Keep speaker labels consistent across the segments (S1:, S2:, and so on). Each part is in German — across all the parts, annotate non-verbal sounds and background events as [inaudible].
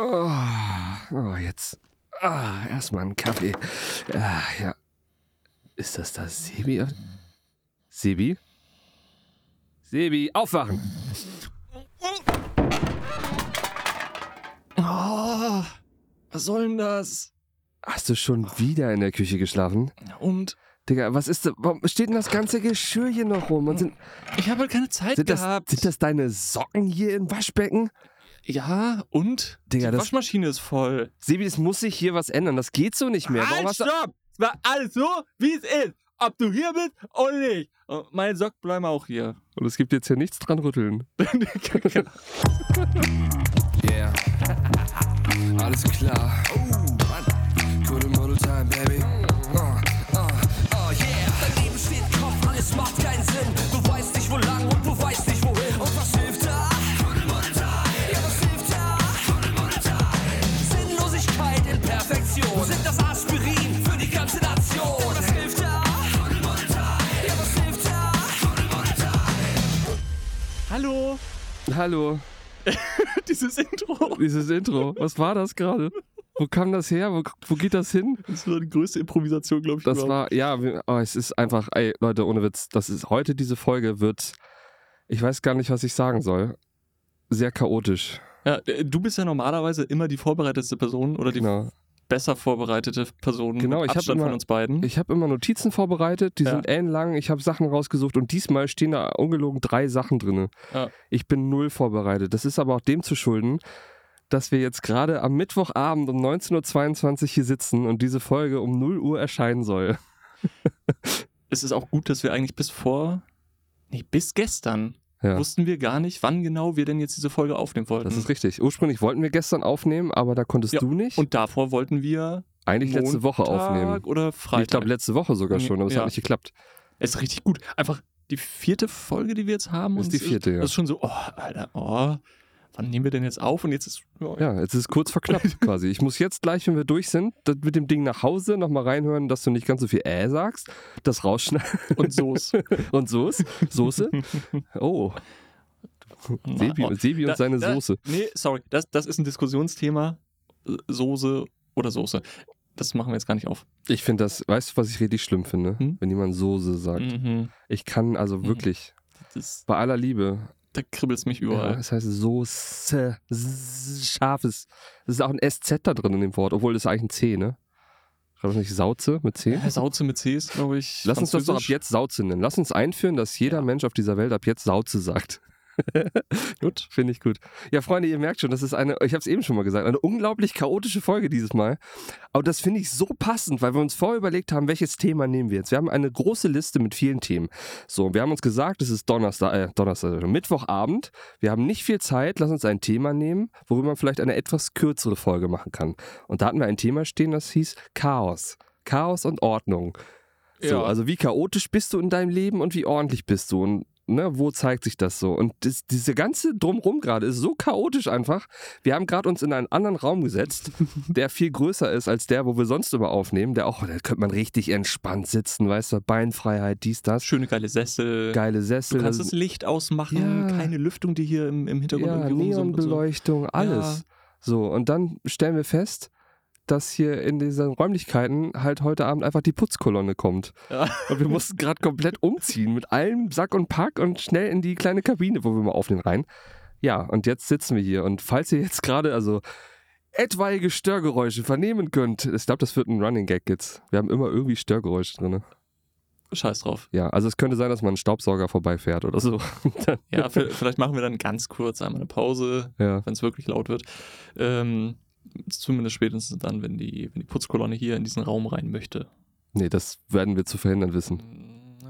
S1: Oh, jetzt. Ah, erstmal einen Kaffee. Ah, ja. Ist das das Sebi? Sebi? Sebi, aufwachen!
S2: Oh, was soll denn das?
S1: Hast du schon wieder in der Küche geschlafen?
S2: Und?
S1: Digga, was ist da? Warum steht denn das ganze Geschirr hier noch rum? Und sind,
S2: Ich habe halt keine Zeit
S1: sind, das,
S2: gehabt.
S1: sind das deine Socken hier im Waschbecken?
S2: ja, und?
S1: Digga,
S2: Die
S1: das-
S2: Waschmaschine ist voll.
S1: Sebi, es muss sich hier was ändern. Das geht so nicht mehr. Warum
S2: halt,
S1: hast du,
S2: stopp! Es war alles so, wie es ist. Ob du hier bist oder nicht. Und meine Socken bleiben auch hier.
S1: Und es gibt jetzt hier nichts dran rütteln.
S2: [laughs]
S3: Yeah. Alles klar. Gute Model Time, Baby. Uh, uh, uh, yeah. Dein Leben steht Kopf, alles macht keinen Sinn. Du weißt nicht, wo lang und du weißt nicht, wohin. Und was hilft da? Gute Model Time. Ja, was hilft da? Gute Model Time. Sinnlosigkeit in Perfektion. Sind das Aspirin für die ganze Nation. Denn was hilft da? Gute Model Time. Ja, was hilft da?
S2: Hallo,
S1: Hallo,
S2: [laughs] dieses Intro.
S1: dieses Intro. Was war das gerade? Wo kam das her? Wo, wo geht das hin?
S2: Das war die größte Improvisation, glaube ich.
S1: Das
S2: überhaupt.
S1: war, ja, wir- oh, es ist einfach, ey, Leute, ohne Witz, das ist heute diese Folge wird, ich weiß gar nicht, was ich sagen soll. Sehr chaotisch.
S2: Ja, äh, du bist ja normalerweise immer die vorbereitete Person oder die
S1: Genau.
S2: besser vorbereitete Person mit
S1: Genau, ich hab
S2: Abstand
S1: immer-
S2: von uns beiden.
S1: Ich habe immer Notizen vorbereitet, die
S2: Hm? Ja.
S1: sind ellenlang, ich habe Sachen rausgesucht und diesmal stehen da ungelogen drei Sachen drin.
S2: Ja.
S1: Ich bin null vorbereitet. Das ist aber auch dem zu schulden, dass wir jetzt gerade am Mittwochabend um 19.22 Uhr hier sitzen und diese Folge um 0 Uhr erscheinen soll.
S2: es ist auch gut, dass wir eigentlich bis vor, nee, bis gestern
S1: Ja,
S2: wussten wir gar nicht, wann genau wir denn jetzt diese Folge aufnehmen wollten.
S1: das ist richtig. Ursprünglich wollten wir gestern aufnehmen, aber da konntest
S2: Mhm. Ja,
S1: du nicht.
S2: Und davor wollten wir
S1: eigentlich letzte Woche
S2: Montag
S1: aufnehmen.
S2: oder Freitag. Mhm.
S1: Ich glaube, letzte Woche sogar schon, aber es
S2: Ja.
S1: hat nicht geklappt.
S2: es ist richtig gut. Einfach die vierte Folge, die wir jetzt haben.
S1: Ist
S2: und
S1: die
S2: es
S1: vierte,
S2: ist,
S1: ja.
S2: Ist schon so, oh, Alter, oh, wann nehmen wir denn jetzt auf? Und jetzt ist, oh, ja,
S1: Ja, jetzt ist es kurz vor knapp quasi. Ich muss jetzt gleich, wenn wir durch sind, das mit dem Ding nach Hause nochmal reinhören, dass du nicht ganz so viel äh sagst, das rausschneiden
S2: [laughs] und so
S1: [laughs]
S2: ist.
S1: und Soße. Soße? Oh. Sebi, Sebi und
S2: Da-
S1: seine
S2: da-
S1: Soße.
S2: Nee, sorry, das, das ist ein Diskussionsthema. Soße oder Soße. Das machen wir jetzt gar nicht auf.
S1: Ich finde das, weißt du, was ich richtig schlimm finde?
S2: Hm?
S1: Wenn jemand Soße sagt.
S2: Mhm.
S1: Ich kann also
S2: Mhm.
S1: wirklich,
S2: Das,
S1: bei aller Liebe,
S2: da kribbelt es mich
S1: ja, [laughs]
S2: überall.
S1: es heißt Soße, S- scharfes. Es ist auch ein SZ da drin in dem Wort, obwohl das ist eigentlich ein C, ne? Schreibst du nicht Sauze mit C?
S2: Ja, Sauze mit C ist, glaube ich.
S1: Lass uns das doch ab
S2: französisch.
S1: jetzt Sauze nennen. Lass uns einführen, dass jeder
S2: Ja.
S1: Mensch auf dieser Welt ab jetzt Sauze sagt. [laughs] gut, finde ich gut. Ja, Freunde, ihr merkt schon, das ist eine, ich habe es eben schon mal gesagt, eine unglaublich chaotische Folge dieses Mal. Aber das finde ich so passend, weil wir uns vorher überlegt haben, welches Thema nehmen wir jetzt. Wir haben eine große Liste mit vielen Themen. So, wir haben uns gesagt, es ist Donnerstag, äh, Donnerstag, Mittwochabend. Wir haben nicht viel Zeit, lass uns ein Thema nehmen, worüber man vielleicht eine etwas kürzere Folge machen kann. Und da hatten wir ein Thema stehen, das hieß Chaos. Chaos und Ordnung. So,
S2: Ja.
S1: also wie chaotisch bist du in deinem Leben und wie ordentlich bist du und ne, wo zeigt sich das so? Und das, diese ganze Drumrum gerade ist so chaotisch einfach. Wir haben gerade uns in einen anderen Raum gesetzt, der viel größer ist als der, wo wir sonst immer aufnehmen. Der auch, da könnte man richtig entspannt sitzen, weißt du, Beinfreiheit, dies, das.
S2: Schöne geile Sessel.
S1: Geile Sessel.
S2: Äh, Du kannst das Licht ausmachen,
S1: Ja.
S2: keine Lüftung, die hier im, im Hintergrund
S1: Ja,
S2: irgendwie rumsummt und
S1: Neonbeleuchtung, alles.
S2: Ja.
S1: So, und dann stellen wir fest, dass hier in diesen Räumlichkeiten halt heute Abend einfach die Putzkolonne kommt.
S2: Ja.
S1: Und wir mussten gerade komplett umziehen mit allem Sack und Pack und schnell in die kleine Kabine, wo wir mal aufnehmen rein. Ja, und jetzt sitzen wir hier. Und falls ihr jetzt gerade also etwaige Störgeräusche vernehmen könnt, ich glaube, das wird ein Running Gag jetzt. Wir haben immer irgendwie Störgeräusche drin. ne?
S2: So. Scheiß drauf.
S1: Ja, also es könnte sein, dass man einen Staubsauger vorbeifährt oder so. Und dann, [laughs]
S2: Ja, vi- vielleicht machen wir dann ganz kurz einmal eine Pause,
S1: ja.
S2: wenn es wirklich laut wird. Ähm, zumindest spätestens dann, wenn die, wenn die Putzkolonne hier in diesen Raum rein möchte.
S1: Nee, das werden wir zu verhindern wissen.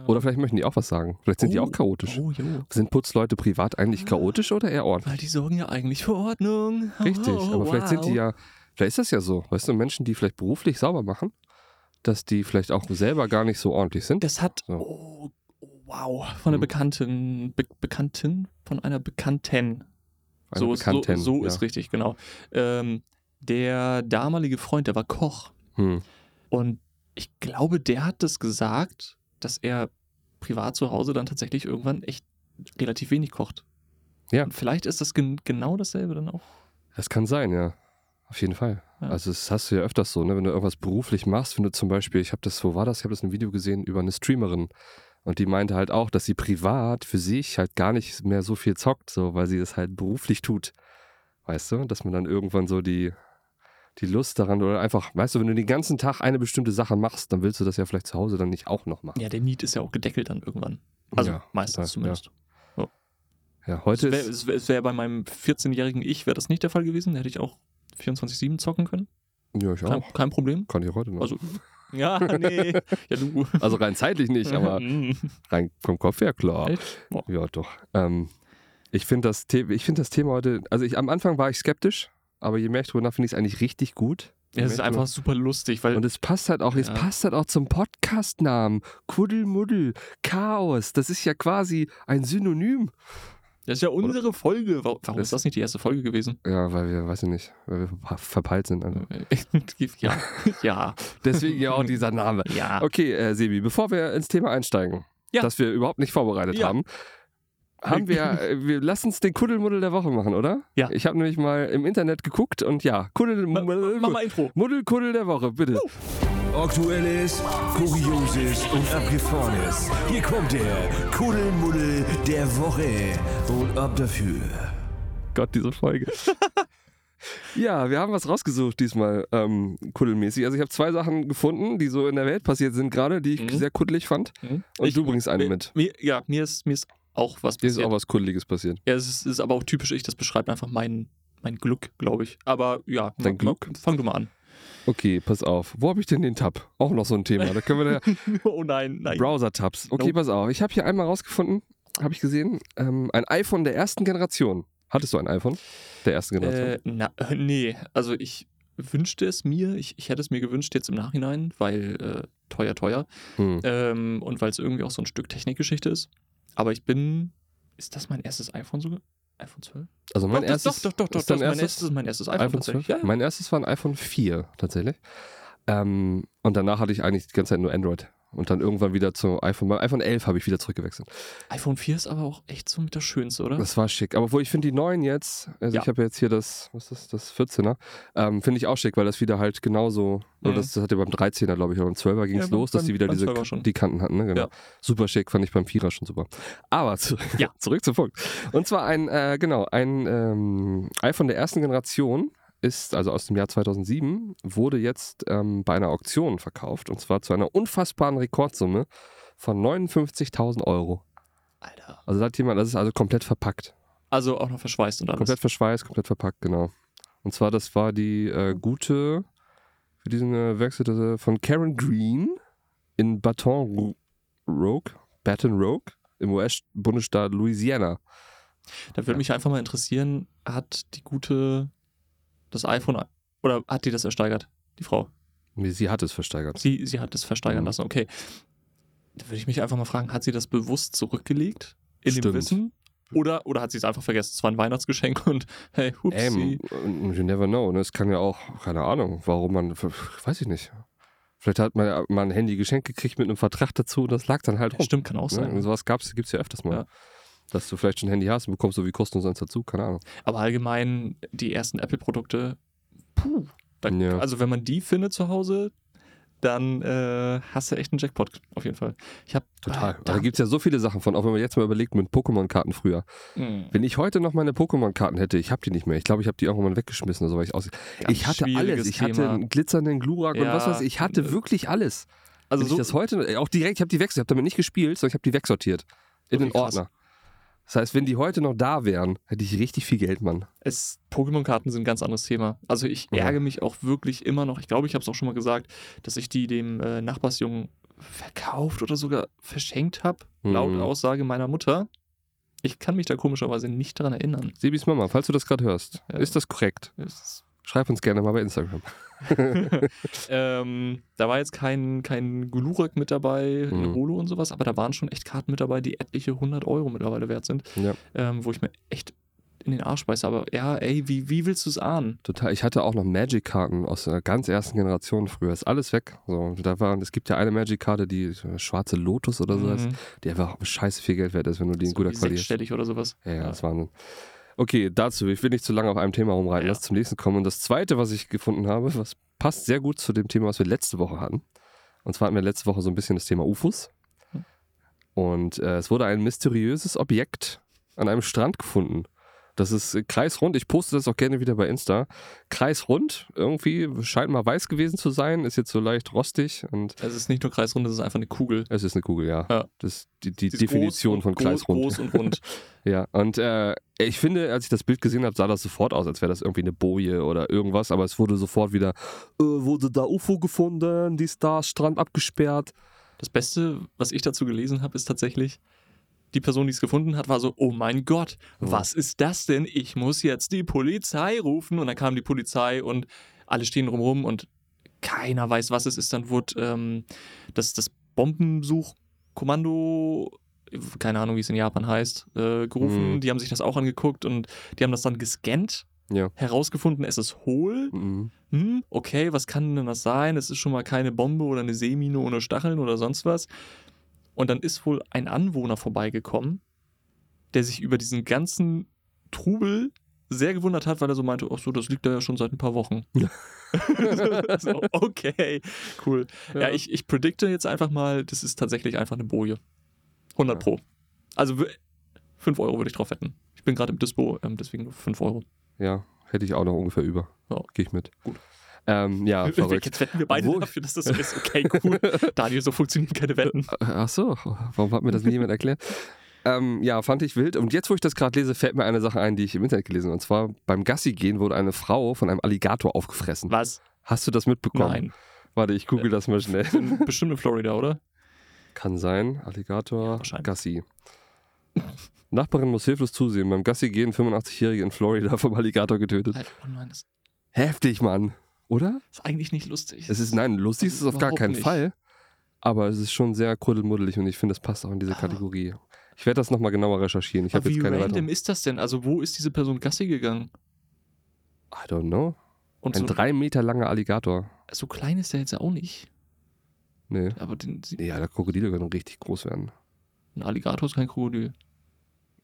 S1: Oder vielleicht möchten die auch was sagen. Vielleicht sind die auch chaotisch.
S2: Oh, Ah. jo.
S1: Sind Putzleute privat eigentlich chaotisch oder eher ordentlich?
S2: Weil die sorgen ja eigentlich für Ordnung. Oh,
S1: Richtig,
S2: oh,
S1: aber vielleicht sind die
S2: wow.
S1: ja, vielleicht ist das ja so, weißt du, Menschen, die vielleicht beruflich sauber machen, dass die vielleicht auch selber gar nicht so ordentlich sind.
S2: Das hat,
S1: So.
S2: oh, oh, wow, von einer
S1: Mhm.
S2: Bekannten, Be Bekanntin, von einer Bekannten.
S1: Eine
S2: so ist, so,
S1: Bekannten,
S2: so
S1: ja.
S2: ist richtig, genau. Ähm, der damalige Freund, der war Koch
S1: Hm.
S2: und ich glaube, der hat das gesagt, dass er privat zu Hause dann tatsächlich irgendwann echt relativ wenig kocht.
S1: Ja.
S2: Und vielleicht ist das gen genau dasselbe dann auch
S1: Das kann sein, ja. Auf jeden Fall.
S2: Ja.
S1: Also das hast du ja öfters so, ne? wenn du irgendwas beruflich machst, wenn du zum Beispiel, ich habe das, wo war das? Ich habe das in einem Video gesehen über eine Streamerin und die meinte halt auch, dass sie privat für sich halt gar nicht mehr so viel zockt, so, weil sie das halt beruflich tut. Weißt du, dass man dann irgendwann so die, die Lust daran oder einfach, weißt du, wenn du den ganzen Tag eine bestimmte Sache machst, dann willst du das ja vielleicht zu Hause dann nicht auch noch machen.
S2: Ja, der Need ist ja auch gedeckelt dann irgendwann. Also
S1: Ja, total,
S2: meistens
S1: ja.
S2: zumindest. Also,
S1: Ja, heute
S2: es wäre
S1: ist,
S2: es wär, es wär bei meinem 14-jährigen Ich wäre das nicht der Fall gewesen. Da hätte ich auch 24-7 zocken können.
S1: ja, ich
S2: Kein,
S1: auch.
S2: kein Problem.
S1: Kann ich heute noch. Also,
S2: Also, [laughs] ja, nee. Ja, du.
S1: rein zeitlich
S2: [laughs]
S1: nicht, aber
S2: Mm.
S1: rein vom Kopf her klar.
S2: Echt? Boah.
S1: Ja, doch. Ähm, ich finde das, The ich find das Thema heute, also ich, am Anfang war ich skeptisch, aber je mehr ich drüber nach, finde ich es eigentlich richtig gut.
S2: Ja, es ist
S1: Merkt
S2: einfach
S1: man.
S2: super lustig, weil
S1: Und es passt halt auch, es
S2: Ja.
S1: passt halt auch zum Podcast-Namen. Kuddelmuddel, Chaos, das ist ja quasi ein Synonym.
S2: das ist ja unsere Folge. Wa- Warum
S1: Das-
S2: ist das nicht die erste Folge gewesen?
S1: Ja, weil wir, weiß ich nicht, weil wir verpa- verpeilt sind.
S2: [laughs]
S1: Also.
S2: ja, [laughs] ja,
S1: Deswegen ja auch dieser Name.
S2: ja.
S1: [laughs] Okay, äh, Sebi, bevor wir ins Thema einsteigen,
S2: Ah. Ja.
S1: das wir überhaupt nicht vorbereitet
S2: Ja.
S1: haben, haben
S2: [laughs]
S1: wir, äh, wir lass uns den Kuddelmuddel der Woche machen, oder?
S2: Ja.
S1: Ich habe nämlich mal im Internet geguckt und ja,
S2: Ma- Mach
S1: Kuddelmuddel.
S2: mal Intro.
S1: Muddelkuddel der Woche, bitte.
S3: Aktuelles, Kurioses und Abgefahrenes. Hier kommt der Kuddelmuddel der Woche. Und ab dafür.
S1: Gott, diese
S2: [laughs]
S1: Folge. ja, wir haben was rausgesucht diesmal, ähm, kuddelmäßig. Also ich habe zwei Sachen gefunden, die so in der Welt passiert sind gerade, die ich
S2: Mhm.
S1: sehr kuddelig fand.
S2: Hm?
S1: Und
S2: Ich-
S1: du bringst eine
S2: mir-
S1: mit.
S2: Mir, ja, mir ist, mir ist auch was
S1: Dir ist
S2: passiert.
S1: auch was Kuddeliges passiert.
S2: ja, es ist, ist aber auch typisch ich, das beschreibt einfach mein, mein Glück, glaube ich. Aber ja,
S1: Dein
S2: ma- ma-
S1: Glück?
S2: Fang du mal an. [laughs]
S1: Okay, pass auf. Wo habe ich denn den Tab? Auch noch so ein Thema. Da können wir da
S2: oh nein, nein.
S1: Browser-Tabs. Okay,
S2: Nope.
S1: pass auf. Ich habe hier einmal rausgefunden, habe ich gesehen, ähm, ein iPhone der ersten Generation. Hattest du ein iPhone der ersten Generation?
S2: Äh, na, [laughs] äh, nee, also ich wünschte es mir, ich, ich hätte es mir gewünscht jetzt im Nachhinein, weil äh, teuer, teuer
S1: Hm.
S2: ähm, und weil es irgendwie auch so ein Stück Technikgeschichte ist. Aber ich bin, ist das mein erstes iPhone sogar? iPhone 12?
S1: Also mein
S2: doch, das-
S1: erstes
S2: doch, doch, doch,
S1: ist
S2: doch,
S1: dein
S2: das mein
S1: erstes?
S2: erstes ist mein erstes iPhone,
S1: iPhone 12?
S2: tatsächlich. Ja, ja.
S1: Mein erstes war ein iPhone 4 tatsächlich. Ähm, und danach hatte ich eigentlich die ganze Zeit nur Android. Und dann irgendwann wieder zu iPhone. Beim iPhone 11 habe ich wieder zurückgewechselt.
S2: iPhone 4 ist aber auch echt so mit das Schönste, oder?
S1: Das war schick. Aber wo ich finde die neuen jetzt, also
S2: Hm? Ja.
S1: ich habe jetzt hier das, was ist das, das 14er, ähm, finde ich auch schick, weil das wieder halt genauso, oder
S2: Mhm.
S1: das, das hatte beim 13er, glaube ich, oder beim 12er ging es
S2: Ja, beim-
S1: los, dass die
S2: beim-
S1: wieder
S2: beim
S1: diese
S2: 12er schon.
S1: die Kanten hatten. Ne? Genau.
S2: Ja.
S1: Super schick, fand ich beim Vierer schon super. Aber zu, [laughs]
S2: Ja.
S1: zurück zum Punkt. Und zwar ein, äh, genau, ein ähm, iPhone der ersten Generation ist, also aus dem Jahr 2007, wurde jetzt ähm, bei einer Auktion verkauft und zwar zu einer unfassbaren Rekordsumme von 59.000 Euro.
S2: Alter.
S1: Also da hat jemand, das ist also komplett verpackt.
S2: Also auch noch verschweißt und alles.
S1: Komplett verschweißt, komplett verpackt, genau. Und zwar, das war die äh, gute, für diesen äh, Werkstatt von Karen Green in Baton Ro- Rouge, Baton Rouge im US-Bundesstaat Louisiana.
S2: Da würde mich einfach mal interessieren, hat die gute das iPhone oder hat die das ersteigert, die Frau?
S1: Nee, Sie hat es versteigert.
S2: Sie, sie hat es versteigern
S1: Mhm.
S2: lassen, okay. Da würde ich mich einfach mal fragen, hat sie das bewusst zurückgelegt in dem
S1: Stimmt.
S2: Wissen? Oder, oder hat sie es einfach vergessen? Es war ein Weihnachtsgeschenk [laughs] und hey, hupsi.
S1: Ähm, äh, you never know. Ne? Es kann ja auch, keine Ahnung, warum man, weiß ich nicht. Vielleicht hat man mal ein Handy geschenkt gekriegt mit einem Vertrag dazu und das lag dann halt
S2: Ja,
S1: rum.
S2: stimmt, kann auch
S1: Ne?
S2: sein.
S1: Und sowas gibt es ja öfters mal.
S2: Ja.
S1: Dass du vielleicht schon ein Handy hast und bekommst so wie kostenlos eins dazu, keine Ahnung.
S2: Aber allgemein, die ersten Apple-Produkte, puh. Da,
S1: Ja.
S2: Also wenn man die findet zu Hause, dann äh, hast du echt einen Jackpot, auf jeden Fall. Ich hab,
S1: Total.
S2: Ah,
S1: da
S2: da,
S1: gibt es ja so viele Sachen von, auch wenn man jetzt mal überlegt mit Pokémon-Karten früher.
S2: mh,
S1: Wenn ich heute noch meine Pokémon-Karten hätte, ich habe die nicht mehr. Ich glaube, ich habe die irgendwann weggeschmissen oder so, weil ich aus.
S2: ganz
S1: Ich hatte alles.
S2: schwieriges
S1: Ich hatte
S2: Thema.
S1: einen glitzernden Glurak und
S2: Ja.
S1: was weiß ich. Ich hatte wirklich alles. Also
S2: Also
S1: wenn ich
S2: so,
S1: das heute, auch direkt, ich habe die wegsortiert. Ich habe damit nicht gespielt, sondern ich habe die wegsortiert. In
S2: Okay,
S1: den
S2: krass.
S1: Ordner. Das heißt, wenn die heute noch da wären, hätte ich richtig viel Geld, Mann.
S2: es, Pokémon-Karten sind ein ganz anderes Thema. Also ich
S1: Ja.
S2: ärgere mich auch wirklich immer noch. Ich glaube, ich habe es auch schon mal gesagt, dass ich die dem äh, Nachbarsjungen verkauft oder sogar verschenkt habe,
S1: Mhm.
S2: laut Aussage meiner Mutter. Ich kann mich da komischerweise nicht dran erinnern.
S1: Sebis Mama, falls du das gerade hörst,
S2: Ja.
S1: ist das korrekt?
S2: Es,
S1: Schreib uns gerne mal bei Instagram.
S2: ähm, da war jetzt kein, kein Glurak mit dabei,
S1: Mhm.
S2: ein Holo und sowas, aber da waren schon echt Karten mit dabei, die etliche 100 Euro mittlerweile wert sind,
S1: Ja.
S2: ähm, wo ich mir echt in den Arsch beiße. Aber ja, ey, wie, wie willst du es ahnen?
S1: Total. Ich hatte auch noch Magic-Karten aus der ganz ersten Generation früher. Ist alles weg. So, da war, es gibt ja eine Magic-Karte, die äh, schwarze Lotus oder so heißt,
S2: Mhm.
S1: die einfach scheiße viel Geld wert ist, wenn du die in
S2: So
S1: guter
S2: wie
S1: Qualität.
S2: Sechsstellig oder sowas.
S1: Ja, ja, das ist Wahnsinn. Okay, dazu. Ich will nicht zu lange auf einem Thema rumreiten.
S2: Ja.
S1: Lass zum nächsten kommen. Und das zweite, was ich gefunden habe, was passt sehr gut zu dem Thema, was wir letzte Woche hatten. Und zwar hatten wir letzte Woche so ein bisschen das Thema UFOs.
S2: Hm.
S1: Und äh, es wurde ein mysteriöses Objekt an einem Strand gefunden. Das ist äh, kreisrund. Ich poste das auch gerne wieder bei Insta. Kreisrund, irgendwie scheint mal weiß gewesen zu sein, ist jetzt so leicht rostig und
S2: Es ist nicht nur kreisrund, es ist einfach eine Kugel.
S1: es ist eine Kugel, ja.
S2: Ja.
S1: Das ist die, die
S2: Sie ist
S1: Definition
S2: groß
S1: von
S2: und-
S1: kreisrund.
S2: Groß, groß und rund.
S1: Ja, und äh, ich finde, als ich das Bild gesehen habe, sah das sofort aus, als wäre das irgendwie eine Boje oder irgendwas, aber es wurde sofort wieder, äh, wurde da UFO gefunden, die Star, Strand abgesperrt.
S2: Das Beste, was ich dazu gelesen habe, ist tatsächlich, die Person, die es gefunden hat, war so, oh mein Gott, was ist das denn? Ich muss jetzt die Polizei rufen. Und dann kam die Polizei und alle stehen drumherum und keiner weiß, was es ist. Dann wurde ähm, das, das Bombensuchkommando, keine Ahnung, wie es in Japan heißt, äh, gerufen.
S1: Mhm.
S2: Die haben sich das auch angeguckt und die haben das dann gescannt,
S1: Ja.
S2: herausgefunden, es ist hohl [laughs]
S1: Mhm.
S2: hm, okay, was kann denn das sein? Es ist schon mal keine Bombe oder eine Seemine ohne Stacheln oder sonst was. Und dann ist wohl ein Anwohner vorbeigekommen, der sich über diesen ganzen Trubel sehr gewundert hat, weil er so meinte, ach so, das liegt da ja schon seit ein paar Wochen. [laughs] so, okay, cool. Ja, ich, ich predikte jetzt einfach mal, das ist tatsächlich einfach eine Boje. 100
S1: Ja.
S2: pro. Also 5 Euro würde ich drauf wetten. Ich bin gerade im Dispo, ähm, deswegen 5 Euro.
S1: ja, hätte ich auch noch ungefähr über.
S2: Ja.
S1: Gehe ich mit.
S2: Gut.
S1: Ähm,
S2: [laughs] Ah,
S1: ja, verrückt.
S2: Äh, Jetzt wetten wir beide
S1: Wo-
S2: dafür, dass das so ist. Okay, [laughs] cool. Daniel, so funktionieren keine Wetten.
S1: Ach so, warum hat mir das nie jemand erklärt? Ähm, ja, fand ich wild. Und jetzt, wo ich das gerade lese, fällt mir eine Sache ein, die ich im Internet gelesen habe. Und zwar beim Gassi gehen wurde eine Frau von einem Alligator aufgefressen.
S2: Was?
S1: Hast du das mitbekommen?
S2: Nein.
S1: Warte, ich google das mal schnell.
S2: In, [laughs] bestimmt in Florida, oder?
S1: Kann sein. Alligator,
S2: wahrscheinlich.
S1: Gassi. [laughs] Nachbarin muss hilflos zusehen. Beim Gassi gehen 85-Jährige in Florida vom Alligator getötet.
S2: Alter, Oh nein, das
S1: Heftig, Mann. Oder?
S2: ist eigentlich nicht lustig.
S1: Es ist, nein, lustig ist es auf gar
S2: Überhaupt
S1: keinen
S2: nicht.
S1: Fall. Aber es ist schon sehr kuddelmuddelig und ich finde, es passt auch in diese
S2: Ah.
S1: Kategorie. Ich werde das nochmal genauer recherchieren. Ich
S2: Aber
S1: habe
S2: wie
S1: jetzt keine
S2: random
S1: weiteren. I
S2: ist das denn? Also, wo ist diese Person Gassi gegangen?
S1: don't know.
S2: Und
S1: Ein
S2: so,
S1: drei Meter langer Alligator.
S2: so klein ist der jetzt ja auch nicht.
S1: Nee.
S2: Aber den, sie-
S1: Ja, der Krokodile können richtig groß werden.
S2: ein Alligator ist kein Krokodil.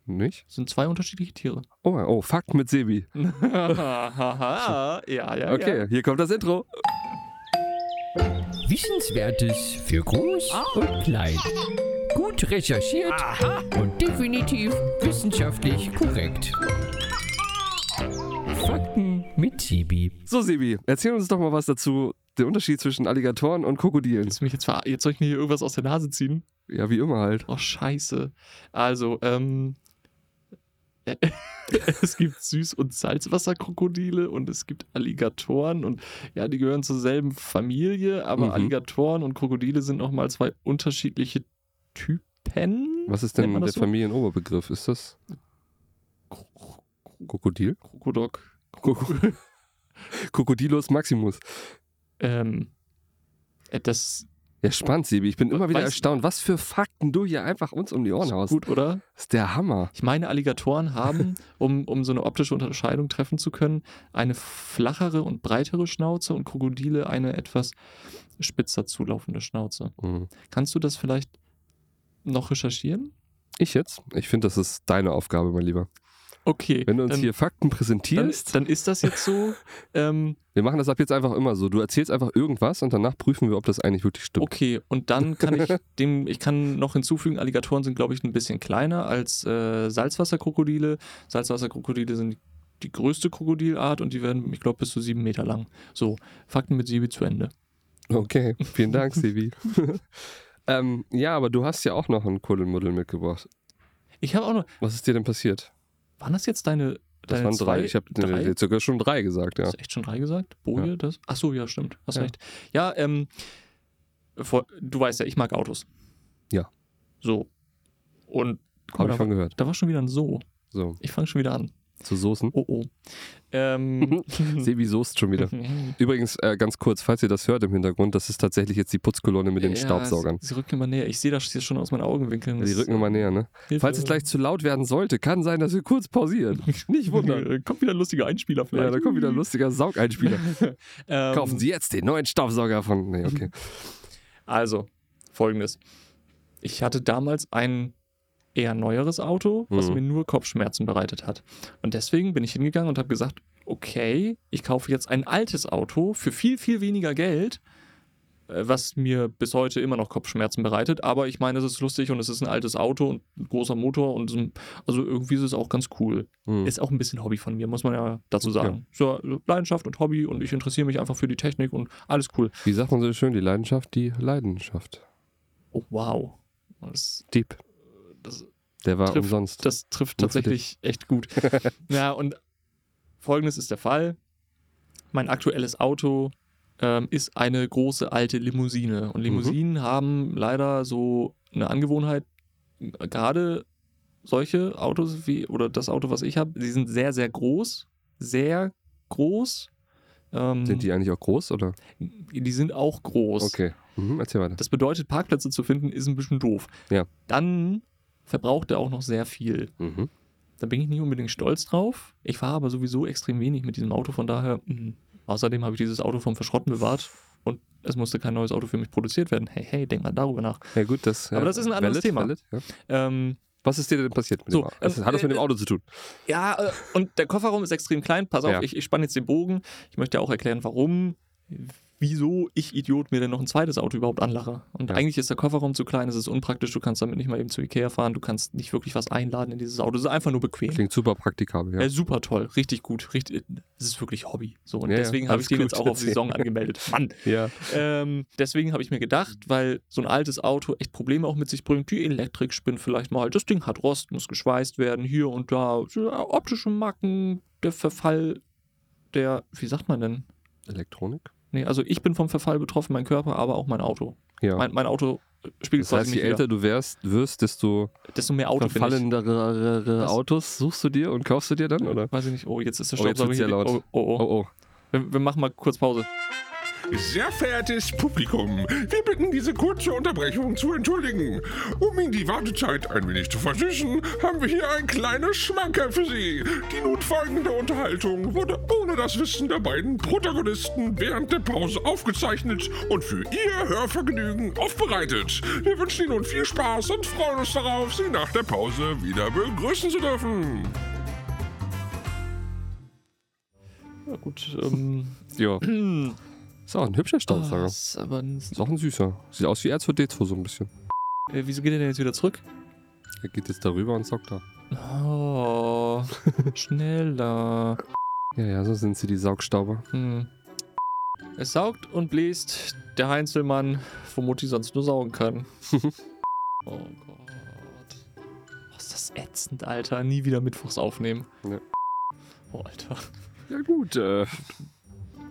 S1: Nicht?
S2: Das sind zwei unterschiedliche [laughs] Tiere.
S1: Oh, oh, Fakt mit Sebi.
S2: ja, ja,
S1: Okay, hier kommt das Intro.
S4: Wissenswertes für groß und klein. Gut recherchiert und definitiv wissenschaftlich korrekt. Fakten mit Sibi.
S1: So, Sebi, erzähl uns doch mal was dazu. Der Unterschied zwischen Alligatoren und Krokodilen.
S2: Willst du mich jetzt, ver jetzt soll ich mir hier irgendwas aus der Nase ziehen?
S1: Ja, wie immer halt.
S2: Oh, scheiße. Also, ähm. [laughs] es gibt Süß- und Salzwasserkrokodile und es gibt Alligatoren und ja, die gehören zur selben Familie, aber
S1: Mhm.
S2: Alligatoren und Krokodile sind nochmal zwei unterschiedliche Typen.
S1: Was ist
S2: Nennt
S1: denn
S2: man
S1: der
S2: das so?
S1: Familienoberbegriff? Ist das
S2: Kro-
S1: Krokodil?
S2: Krokodok.
S1: Kroko- [laughs] Krokodilus Maximus.
S2: ähm. äh, Das
S1: Ja, spannend, Sebi. Ich bin immer wieder
S2: Weißt-
S1: erstaunt, was für Fakten du hier einfach uns um die Ohren
S2: ist
S1: haust.
S2: gut, oder?
S1: ist der Hammer.
S2: Ich meine, Alligatoren haben, [laughs] um, um so eine optische Unterscheidung treffen zu können, eine flachere und breitere Schnauze und Krokodile eine etwas spitzer zulaufende Schnauze.
S1: Mhm.
S2: Kannst du das vielleicht noch recherchieren?
S1: Ich jetzt? Ich finde, das ist deine Aufgabe, mein Lieber.
S2: Okay.
S1: Wenn du uns
S2: dann,
S1: hier Fakten
S2: dann,
S1: präsentierst,
S2: dann ist das
S1: [laughs]
S2: jetzt so. ähm,
S1: wir machen das ab jetzt einfach immer so. Du erzählst einfach irgendwas und danach prüfen wir, ob das eigentlich wirklich stimmt.
S2: okay, und dann kann
S1: [laughs]
S2: ich dem, ich kann noch hinzufügen, Alligatoren sind, glaube ich, ein bisschen kleiner als äh, Salzwasserkrokodile. Salzwasserkrokodile sind die größte Krokodilart und die werden, ich glaube, bis zu sieben Meter lang. So, Fakten mit Sibi zu Ende.
S1: Okay, vielen Dank,
S2: [laughs]
S1: Sebi. ähm, ja, aber du hast ja auch noch einen Kuddelmuddel mitgebracht.
S2: Ich habe auch noch.
S1: Was ist dir denn passiert?
S2: Waren das jetzt deine.
S1: Das
S2: deine
S1: waren drei.
S2: Äh, zwei-
S1: Ich habe
S2: drei?
S1: jetzt sogar schon drei gesagt, ja.
S2: Hast du echt schon drei gesagt? Boje,
S1: Ja.
S2: das? Achso, ja, stimmt. Hast
S1: Ja.
S2: recht. Ja, ähm, vor, du weißt ja, ich mag Autos.
S1: Ja.
S2: So. Und guck mal,
S1: Habe
S2: da,
S1: ich schon gehört.
S2: da war schon wieder ein So.
S1: So,
S2: Ich fange schon wieder an.
S1: zu Soßen.
S2: Oh oh.
S1: [laughs]
S2: Ähm,
S1: Sebi soßt schon
S2: [laughs]
S1: wieder. Übrigens, äh, ganz kurz, falls ihr das hört im Hintergrund, das ist tatsächlich jetzt die Putzkolonne mit den
S2: [laughs] ja,
S1: Staubsaugern.
S2: Sie, sie rücken immer näher. Ich sehe das jetzt schon aus meinen Augenwinkeln.
S1: Die rücken immer näher, ne?
S2: Hilfe.
S1: Falls es gleich zu laut werden sollte, kann sein, dass wir kurz
S2: [laughs]
S1: pausieren. Nicht wundern.
S2: kommt wieder ein lustiger Einspieler vielleicht.
S1: Ja, da kommt wieder ein lustiger
S2: [laughs]
S1: Saugeinspieler.
S2: Ähm,
S1: Kaufen Sie jetzt den neuen Staubsauger von. Nee,
S2: [laughs]
S1: okay.
S2: Also, folgendes. Ich hatte damals einen eher ein neueres Auto, was
S1: Mhm.
S2: mir nur Kopfschmerzen bereitet hat. Und deswegen bin ich hingegangen und habe gesagt, okay, ich kaufe jetzt ein altes Auto für viel, viel weniger Geld, äh, was mir bis heute immer noch Kopfschmerzen bereitet. Aber ich meine, es ist lustig und es ist ein altes Auto und ein großer Motor und so ein- also irgendwie ist es auch ganz cool.
S1: Hm.
S2: Ist auch ein bisschen Hobby von mir, muss man ja dazu sagen. So Leidenschaft und Hobby und ich interessiere mich einfach für die Technik und alles cool.
S1: Wie sagt man so schön, die Leidenschaft, die Leidenschaft.
S2: Oh, wow. Das,
S1: Deep.
S2: das,
S1: Der war
S2: Trifft
S1: umsonst.
S2: das trifft
S1: Nur für
S2: tatsächlich
S1: [laughs]
S2: echt gut. ja, und folgendes ist der Fall. Mein aktuelles Auto ähm, ist eine große alte Limousine.
S1: Mhm.
S2: Und Limousinen haben leider so eine Angewohnheit, gerade solche Autos wie, oder das Auto, was ich habe, die sind sehr, sehr groß. Sehr groß. Ähm,
S1: Sind die eigentlich auch groß oder?
S2: die sind auch groß.
S1: Okay. Mhm, erzähl weiter.
S2: Das bedeutet, Parkplätze zu finden, ist ein bisschen doof.
S1: Ja.
S2: Dann verbraucht er auch noch sehr viel.
S1: Mhm.
S2: Da bin ich nicht unbedingt stolz drauf. Ich fahre aber sowieso extrem wenig mit diesem Auto, von daher. mm.
S1: Mhm.
S2: Außerdem habe ich dieses Auto vom Verschrotten bewahrt und es musste kein neues Auto für mich produziert werden. Hey, hey, denk mal darüber nach.
S1: Ja, gut, das.
S2: Aber
S1: ja,
S2: das ist ein anderes Thema.
S1: ja.
S2: Ähm,
S1: Was ist dir denn passiert mit
S2: So,
S1: dem Auto? Das
S2: ähm,
S1: hat das mit dem
S2: äh,
S1: Auto zu tun?
S2: ja, äh, und der Kofferraum ist extrem klein. Pass auf,
S1: Ja.
S2: ich, ich spanne jetzt den Bogen. Ich möchte ja auch erklären, warum, wieso ich Idiot mir denn noch ein zweites Auto überhaupt anlache. Und
S1: Ja.
S2: eigentlich ist der Kofferraum zu klein, es ist unpraktisch, du kannst damit nicht mal eben zu Ikea fahren, du kannst nicht wirklich was einladen in dieses Auto. Es ist einfach nur bequem.
S1: Klingt super praktikabel, ja.
S2: Ja. Äh, super toll, richtig gut. Richtig, es ist wirklich Hobby. So, und
S1: Ja, ja,
S2: deswegen habe
S1: alles
S2: ich den
S1: gut,
S2: jetzt auch auf
S1: erzähl. [laughs]
S2: Saison angemeldet. Mann!
S1: ja.
S2: Ähm, deswegen habe ich mir gedacht, weil so ein altes Auto echt Probleme auch mit sich bringt. Die Elektrik spinnt vielleicht mal. Das Ding hat Rost, muss geschweißt werden. Hier und da so, äh, optische Macken, der Verfall der, wie sagt man denn?
S1: Elektronik?
S2: Nee, also ich bin vom Verfall betroffen, mein Körper, aber auch mein Auto.
S1: Ja.
S2: Mein, mein Auto spiegelt
S1: das
S2: quasi
S1: heißt,
S2: mich
S1: je älter du wärst, wirst, desto
S2: wieder. Desto mehr Auto bin ich.
S1: verfallenere äh,
S2: Das-
S1: Autos suchst du dir und kaufst du dir dann, oder?
S2: Weiß ich nicht. Oh, jetzt ist der
S1: Oh, jetzt
S2: Staubsauger
S1: wird's ja
S2: hier.
S1: laut.
S2: Oh, oh, oh.
S1: Oh, oh.
S2: Wir, wir machen mal kurz Pause.
S5: Sehr verehrtes Publikum, wir bitten diese kurze Unterbrechung zu entschuldigen. Um Ihnen die Wartezeit ein wenig zu versüßen, haben wir hier ein kleines Schmankerl für Sie. Die nun folgende Unterhaltung wurde ohne das Wissen der beiden Protagonisten während der Pause aufgezeichnet und für Ihr Hörvergnügen aufbereitet. Wir wünschen Ihnen nun viel Spaß und freuen uns darauf, Sie nach der Pause wieder begrüßen zu dürfen.
S2: Ja, gut,
S1: [laughs]
S2: ähm, [laughs]
S1: Ja.
S2: [clears throat]
S1: Ist auch ein hübscher Staubsauger.
S2: das ist aber ein,
S1: Ist auch ein süßer. Sieht aus wie R2D2 so ein bisschen.
S2: äh, wieso geht er denn jetzt wieder zurück?
S1: Er geht jetzt darüber und saugt da.
S2: Oh, schneller.
S1: Ja, ja, so sind sie, die Saugstauber.
S2: Hm. Es saugt und bläst der Heinzelmann, wo Mutti sonst nur saugen kann. oh Gott. Oh, ist das ätzend, Alter. Nie wieder Mittwochs aufnehmen.
S1: Ja.
S2: Oh, Alter.
S1: Ja, gut. Äh,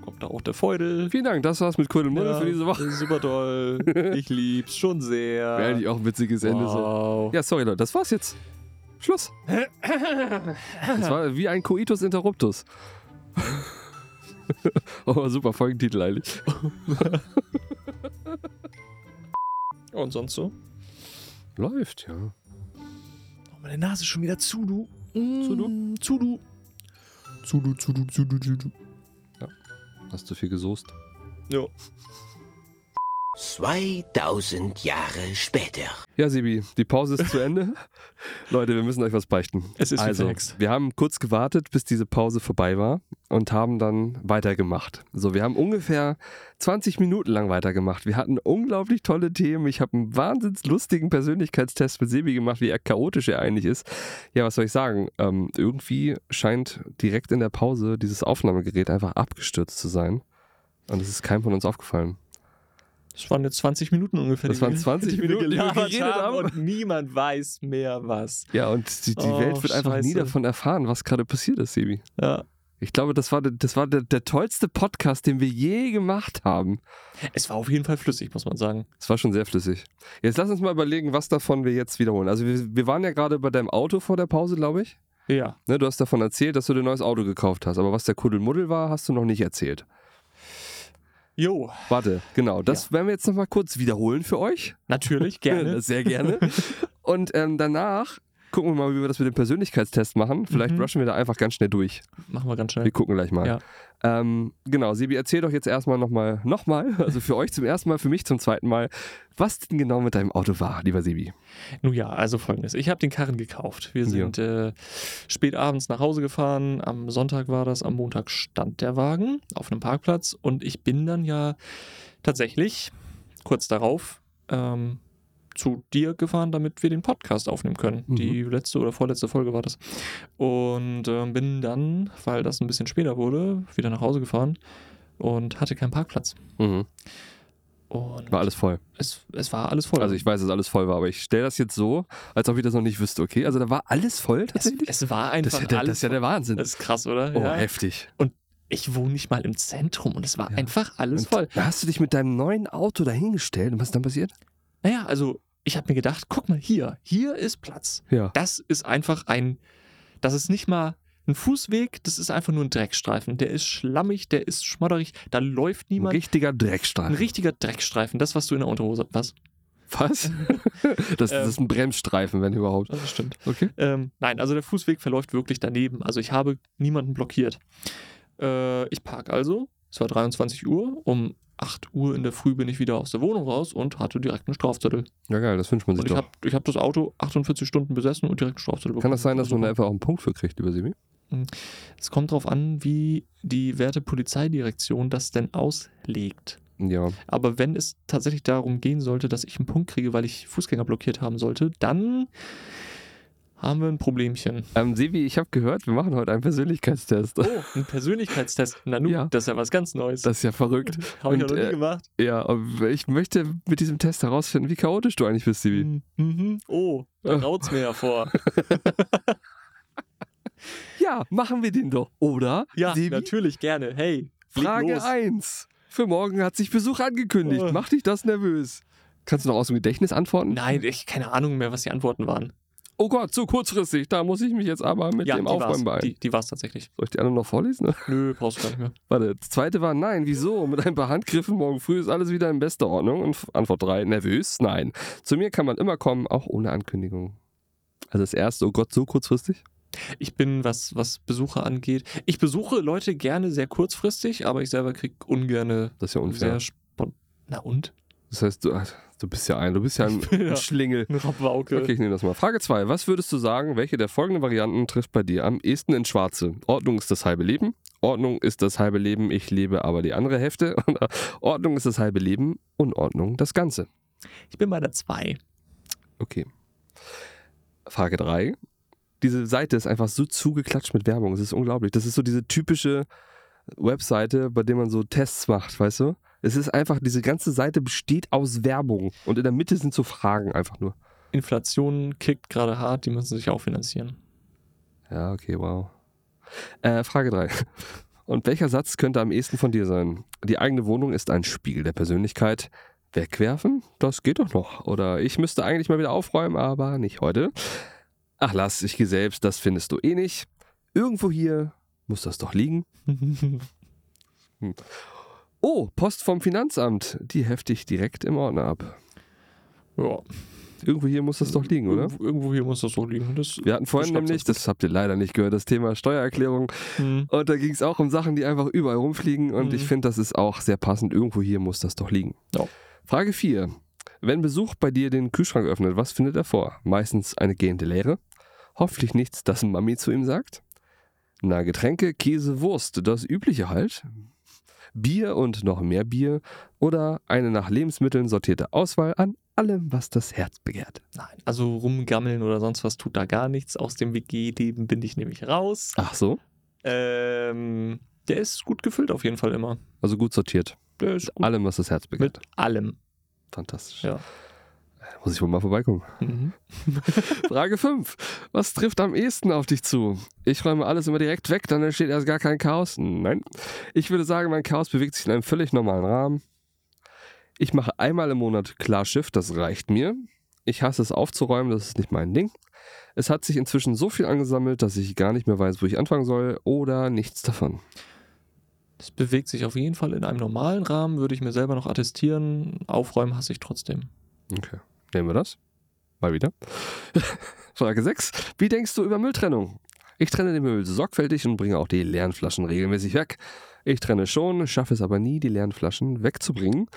S2: Kommt da auch der Feudel.
S1: vielen Dank, das war's mit Kuddelmuddel
S2: Ja,
S1: für diese Woche.
S2: Super toll. Ich lieb's schon sehr.
S1: Wäre eigentlich auch ein witziges Ende so.
S2: wow.
S1: Ja, sorry, Leute, das war's jetzt. Schluss. Das war wie ein Coitus Interruptus. [laughs] Oh, super, Folgentitel eigentlich.
S2: Und sonst so?
S1: Läuft, ja.
S2: Oh, meine Nase ist schon wieder zu, du. Mm,
S1: Zu, du.
S2: Zu, du. Zu, du, zu, du, zu, du, zu, du.
S1: Hast du viel gesoßt?
S6: 2000 Jahre später.
S1: Ja, Sibi, die Pause ist zu [laughs] Ende. Leute, wir müssen euch was beichten.
S2: Es ist wie
S1: also,
S2: verhext.
S1: wir haben kurz gewartet, bis diese Pause vorbei war und haben dann weitergemacht. So, wir haben ungefähr 20 Minuten lang weitergemacht. Wir hatten unglaublich tolle Themen. Ich habe einen wahnsinns lustigen Persönlichkeitstest mit Sebi gemacht, wie er chaotisch er eigentlich ist. Ja, was soll ich sagen? Ähm, irgendwie scheint direkt in der Pause dieses Aufnahmegerät einfach abgestürzt zu sein. Und es ist keinem von uns aufgefallen.
S2: Das waren jetzt 20 Minuten ungefähr.
S1: Das
S2: die
S1: waren
S2: wir-
S1: 20
S2: die wir
S1: Minuten, die wir
S2: gelabert
S1: geredet haben.
S2: Und niemand weiß mehr was.
S1: Ja, und die, die
S2: Oh,
S1: Welt wird einfach nie
S2: scheiße.
S1: davon erfahren, was gerade passiert ist, Sebi.
S2: Ja.
S1: Ich glaube, das war, der- das war der, der tollste Podcast, den wir je gemacht haben.
S2: Es war auf jeden Fall flüssig, muss man sagen.
S1: Es war schon sehr flüssig. Jetzt lass uns mal überlegen, was davon wir jetzt wiederholen. Also wir, wir waren ja gerade bei deinem Auto vor der Pause, glaube ich.
S2: Ja.
S1: Ne, du hast davon erzählt, dass du dir ein neues Auto gekauft hast. Aber was der Kuddelmuddel war, hast du noch nicht erzählt.
S2: Jo,
S1: Warte, genau. Das werden wir jetzt nochmal kurz wiederholen für euch.
S2: [laughs]
S1: [laughs]
S2: natürlich, gerne.
S1: Sehr gerne. Und ähm, danach gucken wir mal, wie wir das mit dem Persönlichkeitstest machen. Vielleicht
S2: Mhm.
S1: rushen wir da einfach ganz schnell durch.
S2: Machen wir ganz schnell.
S1: Wir gucken gleich mal.
S2: Ja.
S1: Ähm, genau, Sebi, erzähl doch jetzt erstmal nochmal, nochmal, [laughs] also für euch zum ersten Mal, für mich zum zweiten Mal, was denn genau mit deinem Auto war, lieber Sebi.
S2: Nun ja, also folgendes. Ich habe den Karren gekauft. Wir
S1: Ja.
S2: sind äh, spät abends nach Hause gefahren. Am Sonntag war das, am Montag stand der Wagen auf einem Parkplatz und ich bin dann ja tatsächlich kurz darauf ähm, zu dir gefahren, damit wir den Podcast aufnehmen können.
S1: Mhm.
S2: Die letzte oder vorletzte Folge war das. Und ähm, bin dann, weil das ein bisschen später wurde, wieder nach Hause gefahren und hatte keinen Parkplatz.
S1: Mhm.
S2: Und
S1: War alles voll.
S2: Es, es war alles voll.
S1: Also ich weiß, dass alles voll war, aber ich stelle das jetzt so, als ob ich das noch nicht wüsste, okay? Also da war alles voll
S2: es,
S1: tatsächlich?
S2: es war
S1: das,
S2: einfach
S1: ist ja der, das
S2: alles
S1: ist ja der Wahnsinn.
S2: Das ist krass, oder?
S1: oh,
S2: ja.
S1: heftig.
S2: Ich wohne nicht mal im Zentrum und es war
S1: Ja.
S2: einfach alles
S1: Und
S2: voll.
S1: Da hast du dich mit deinem neuen Auto dahingestellt und was ist dann passiert?
S2: Naja, also ich habe mir gedacht, guck mal hier, hier ist Platz.
S1: Ja.
S2: Das ist einfach ein, das ist nicht mal ein Fußweg, das ist einfach nur ein Dreckstreifen. Der ist schlammig, der ist schmodderig, da läuft
S1: Ein
S2: niemand.
S1: richtiger Dreckstreifen.
S2: Ein richtiger Dreckstreifen, das, was du in der Unterhose hast.
S1: was? [laughs] das, das
S2: Ähm.
S1: ist ein Bremsstreifen, wenn überhaupt.
S2: Das stimmt.
S1: Okay.
S2: Ähm, nein, also der Fußweg verläuft wirklich daneben. Also ich habe niemanden blockiert. Äh, ich park also, es war 23 Uhr, um 8 Uhr in der Früh bin ich wieder aus der Wohnung raus und hatte direkt einen Strafzettel.
S1: Ja geil, das wünscht man sich
S2: Und ich
S1: doch.
S2: habe ich hab das Auto 48 Stunden besessen und direkt einen Strafzettel bekommen.
S1: Kann das sein, dass man da
S2: Also,
S1: einfach auch einen Punkt für kriegt, lieber Sebi?
S2: Es kommt drauf an, wie die werte Polizeidirektion das denn auslegt.
S1: Ja.
S2: Aber wenn es tatsächlich darum gehen sollte, dass ich einen Punkt kriege, weil ich Fußgänger blockiert haben sollte, dann haben wir ein Problemchen.
S1: Ähm, Sebi, ich habe gehört, wir machen heute einen Persönlichkeitstest. [laughs]
S2: Oh, ein Persönlichkeitstest. Na nun,
S1: Ja.
S2: das ist ja was ganz Neues.
S1: Das ist ja
S2: [laughs]
S1: verrückt.
S2: habe ich ja
S1: und,
S2: noch nie
S1: äh,
S2: gemacht.
S1: Ja, aber ich möchte mit diesem Test herausfinden, wie chaotisch du eigentlich bist, Sebi.
S2: Mhm. Oh, da raut's mir ja vor.
S1: [laughs] Ja, machen wir den doch, oder?
S2: Ja,
S1: Sebi?
S2: natürlich, gerne. Hey, leg
S1: Frage
S2: los.
S1: 1. Für morgen hat sich Besuch angekündigt.
S2: Oh.
S1: Macht dich das nervös? Kannst du noch aus dem Gedächtnis antworten?
S2: Nein, ich keine Ahnung mehr, was die Antworten waren.
S1: Oh Gott, so kurzfristig. Da muss ich mich jetzt aber mit dem Aufräumen
S2: war's.
S1: beeilen.
S2: Die, die war's tatsächlich.
S1: Soll ich die anderen noch vorlesen?
S2: Nö, brauchst du gar nicht mehr.
S1: Warte, das zweite war nein, wieso? Mit ein paar Handgriffen morgen früh ist alles wieder in bester Ordnung. Und F- Antwort 3, nervös? Nein. Zu mir kann man immer kommen, auch ohne Ankündigung. Also das erste, oh Gott, so kurzfristig?
S2: Ich bin, was, was Besucher angeht. Ich besuche Leute gerne sehr kurzfristig, aber ich selber krieg ungerne
S1: Das ist ja unfair.
S2: sehr spontan. Na und? [laughs]
S1: Das heißt, du, du bist ja ein, du bist ja ein,
S2: bin ja-
S1: ein Schlingel.
S2: Eine Rabauke.
S1: Okay, ich nehme das mal. Frage 2. Was würdest du sagen, welche der folgenden Varianten trifft bei dir am ehesten in Schwarze? Ordnung ist das halbe Leben. Ordnung ist das halbe Leben, ich lebe aber die andere Hälfte. [laughs] Oder Ordnung ist das halbe Leben, Unordnung das Ganze.
S2: Ich bin bei der 2.
S1: Okay. Frage 3. Diese Seite ist einfach so zugeklatscht mit Werbung. Es ist unglaublich. Das ist so diese typische Webseite, bei der man so Tests macht, weißt du? Es ist einfach, diese ganze Seite besteht aus Werbung. Und in der Mitte sind so Fragen einfach nur.
S2: Inflation kickt gerade hart, die müssen sich auch finanzieren. [laughs]
S1: Ja, okay, wow. Äh, Frage 3. Und welcher Satz könnte am ehesten von dir sein? Die eigene Wohnung ist ein Spiegel der Persönlichkeit. Wegwerfen? Das geht doch noch. Oder ich müsste eigentlich mal wieder aufräumen, aber nicht heute. Ach lass, ich gehe selbst, das findest du eh nicht. Irgendwo hier muss das doch liegen. Oh, Post vom Finanzamt. Die hefte ich direkt im Ordner ab.
S2: ja.
S1: Irgendwo hier muss das doch liegen, oder?
S2: Irgendwo, irgendwo hier muss das so liegen. Das,
S1: Wir hatten vorhin
S2: Ich glaub,
S1: nämlich,
S2: das-
S1: das habt ihr leider nicht gehört, das Thema Steuererklärung.
S2: Hm.
S1: Und da ging es auch um Sachen, die einfach überall rumfliegen. Und
S2: Mhm.
S1: ich finde, das ist auch sehr passend. Irgendwo hier muss das doch liegen.
S2: Ja.
S1: Frage 4. Wenn Besuch bei dir den Kühlschrank öffnet, was findet er vor? Meistens eine gehende Leere. Hoffentlich nichts, das Mami zu ihm sagt. Na, Getränke, Käse, Wurst, das übliche halt. Bier und noch mehr Bier. Oder eine nach Lebensmitteln sortierte Auswahl an allem, was das Herz begehrt.
S2: Nein, also rumgammeln oder sonst was tut da gar nichts. Aus dem WG-Leben bin ich nämlich raus.
S1: Ach so?
S2: Ähm, der ist gut gefüllt auf jeden Fall immer.
S1: Also gut sortiert.
S2: Der ist gut
S1: Allem, was das Herz begehrt.
S2: mit allem.
S1: Fantastisch.
S2: Ja.
S1: Muss ich wohl mal vorbeikommen.
S2: Mhm.
S1: Frage 5. Was trifft am ehesten auf dich zu? Ich räume alles immer direkt weg, dann entsteht erst gar kein Chaos. Nein. Ich würde sagen, mein Chaos bewegt sich in einem völlig normalen Rahmen. Ich mache einmal im Monat klar Schiff, das reicht mir. Ich hasse es aufzuräumen, das ist nicht mein Ding. Es hat sich inzwischen so viel angesammelt, dass ich gar nicht mehr weiß, wo ich anfangen soll oder nichts davon.
S2: Das bewegt sich auf jeden Fall in einem normalen Rahmen, würde ich mir selber noch attestieren. Aufräumen hasse ich trotzdem.
S1: Okay. Nehmen wir das? Mal wieder. [laughs] Frage 6. Wie denkst du über Mülltrennung? Ich trenne den Müll sorgfältig und bringe auch die leeren Flaschen regelmäßig weg. Ich trenne schon, schaffe es aber nie, die leeren Flaschen wegzubringen.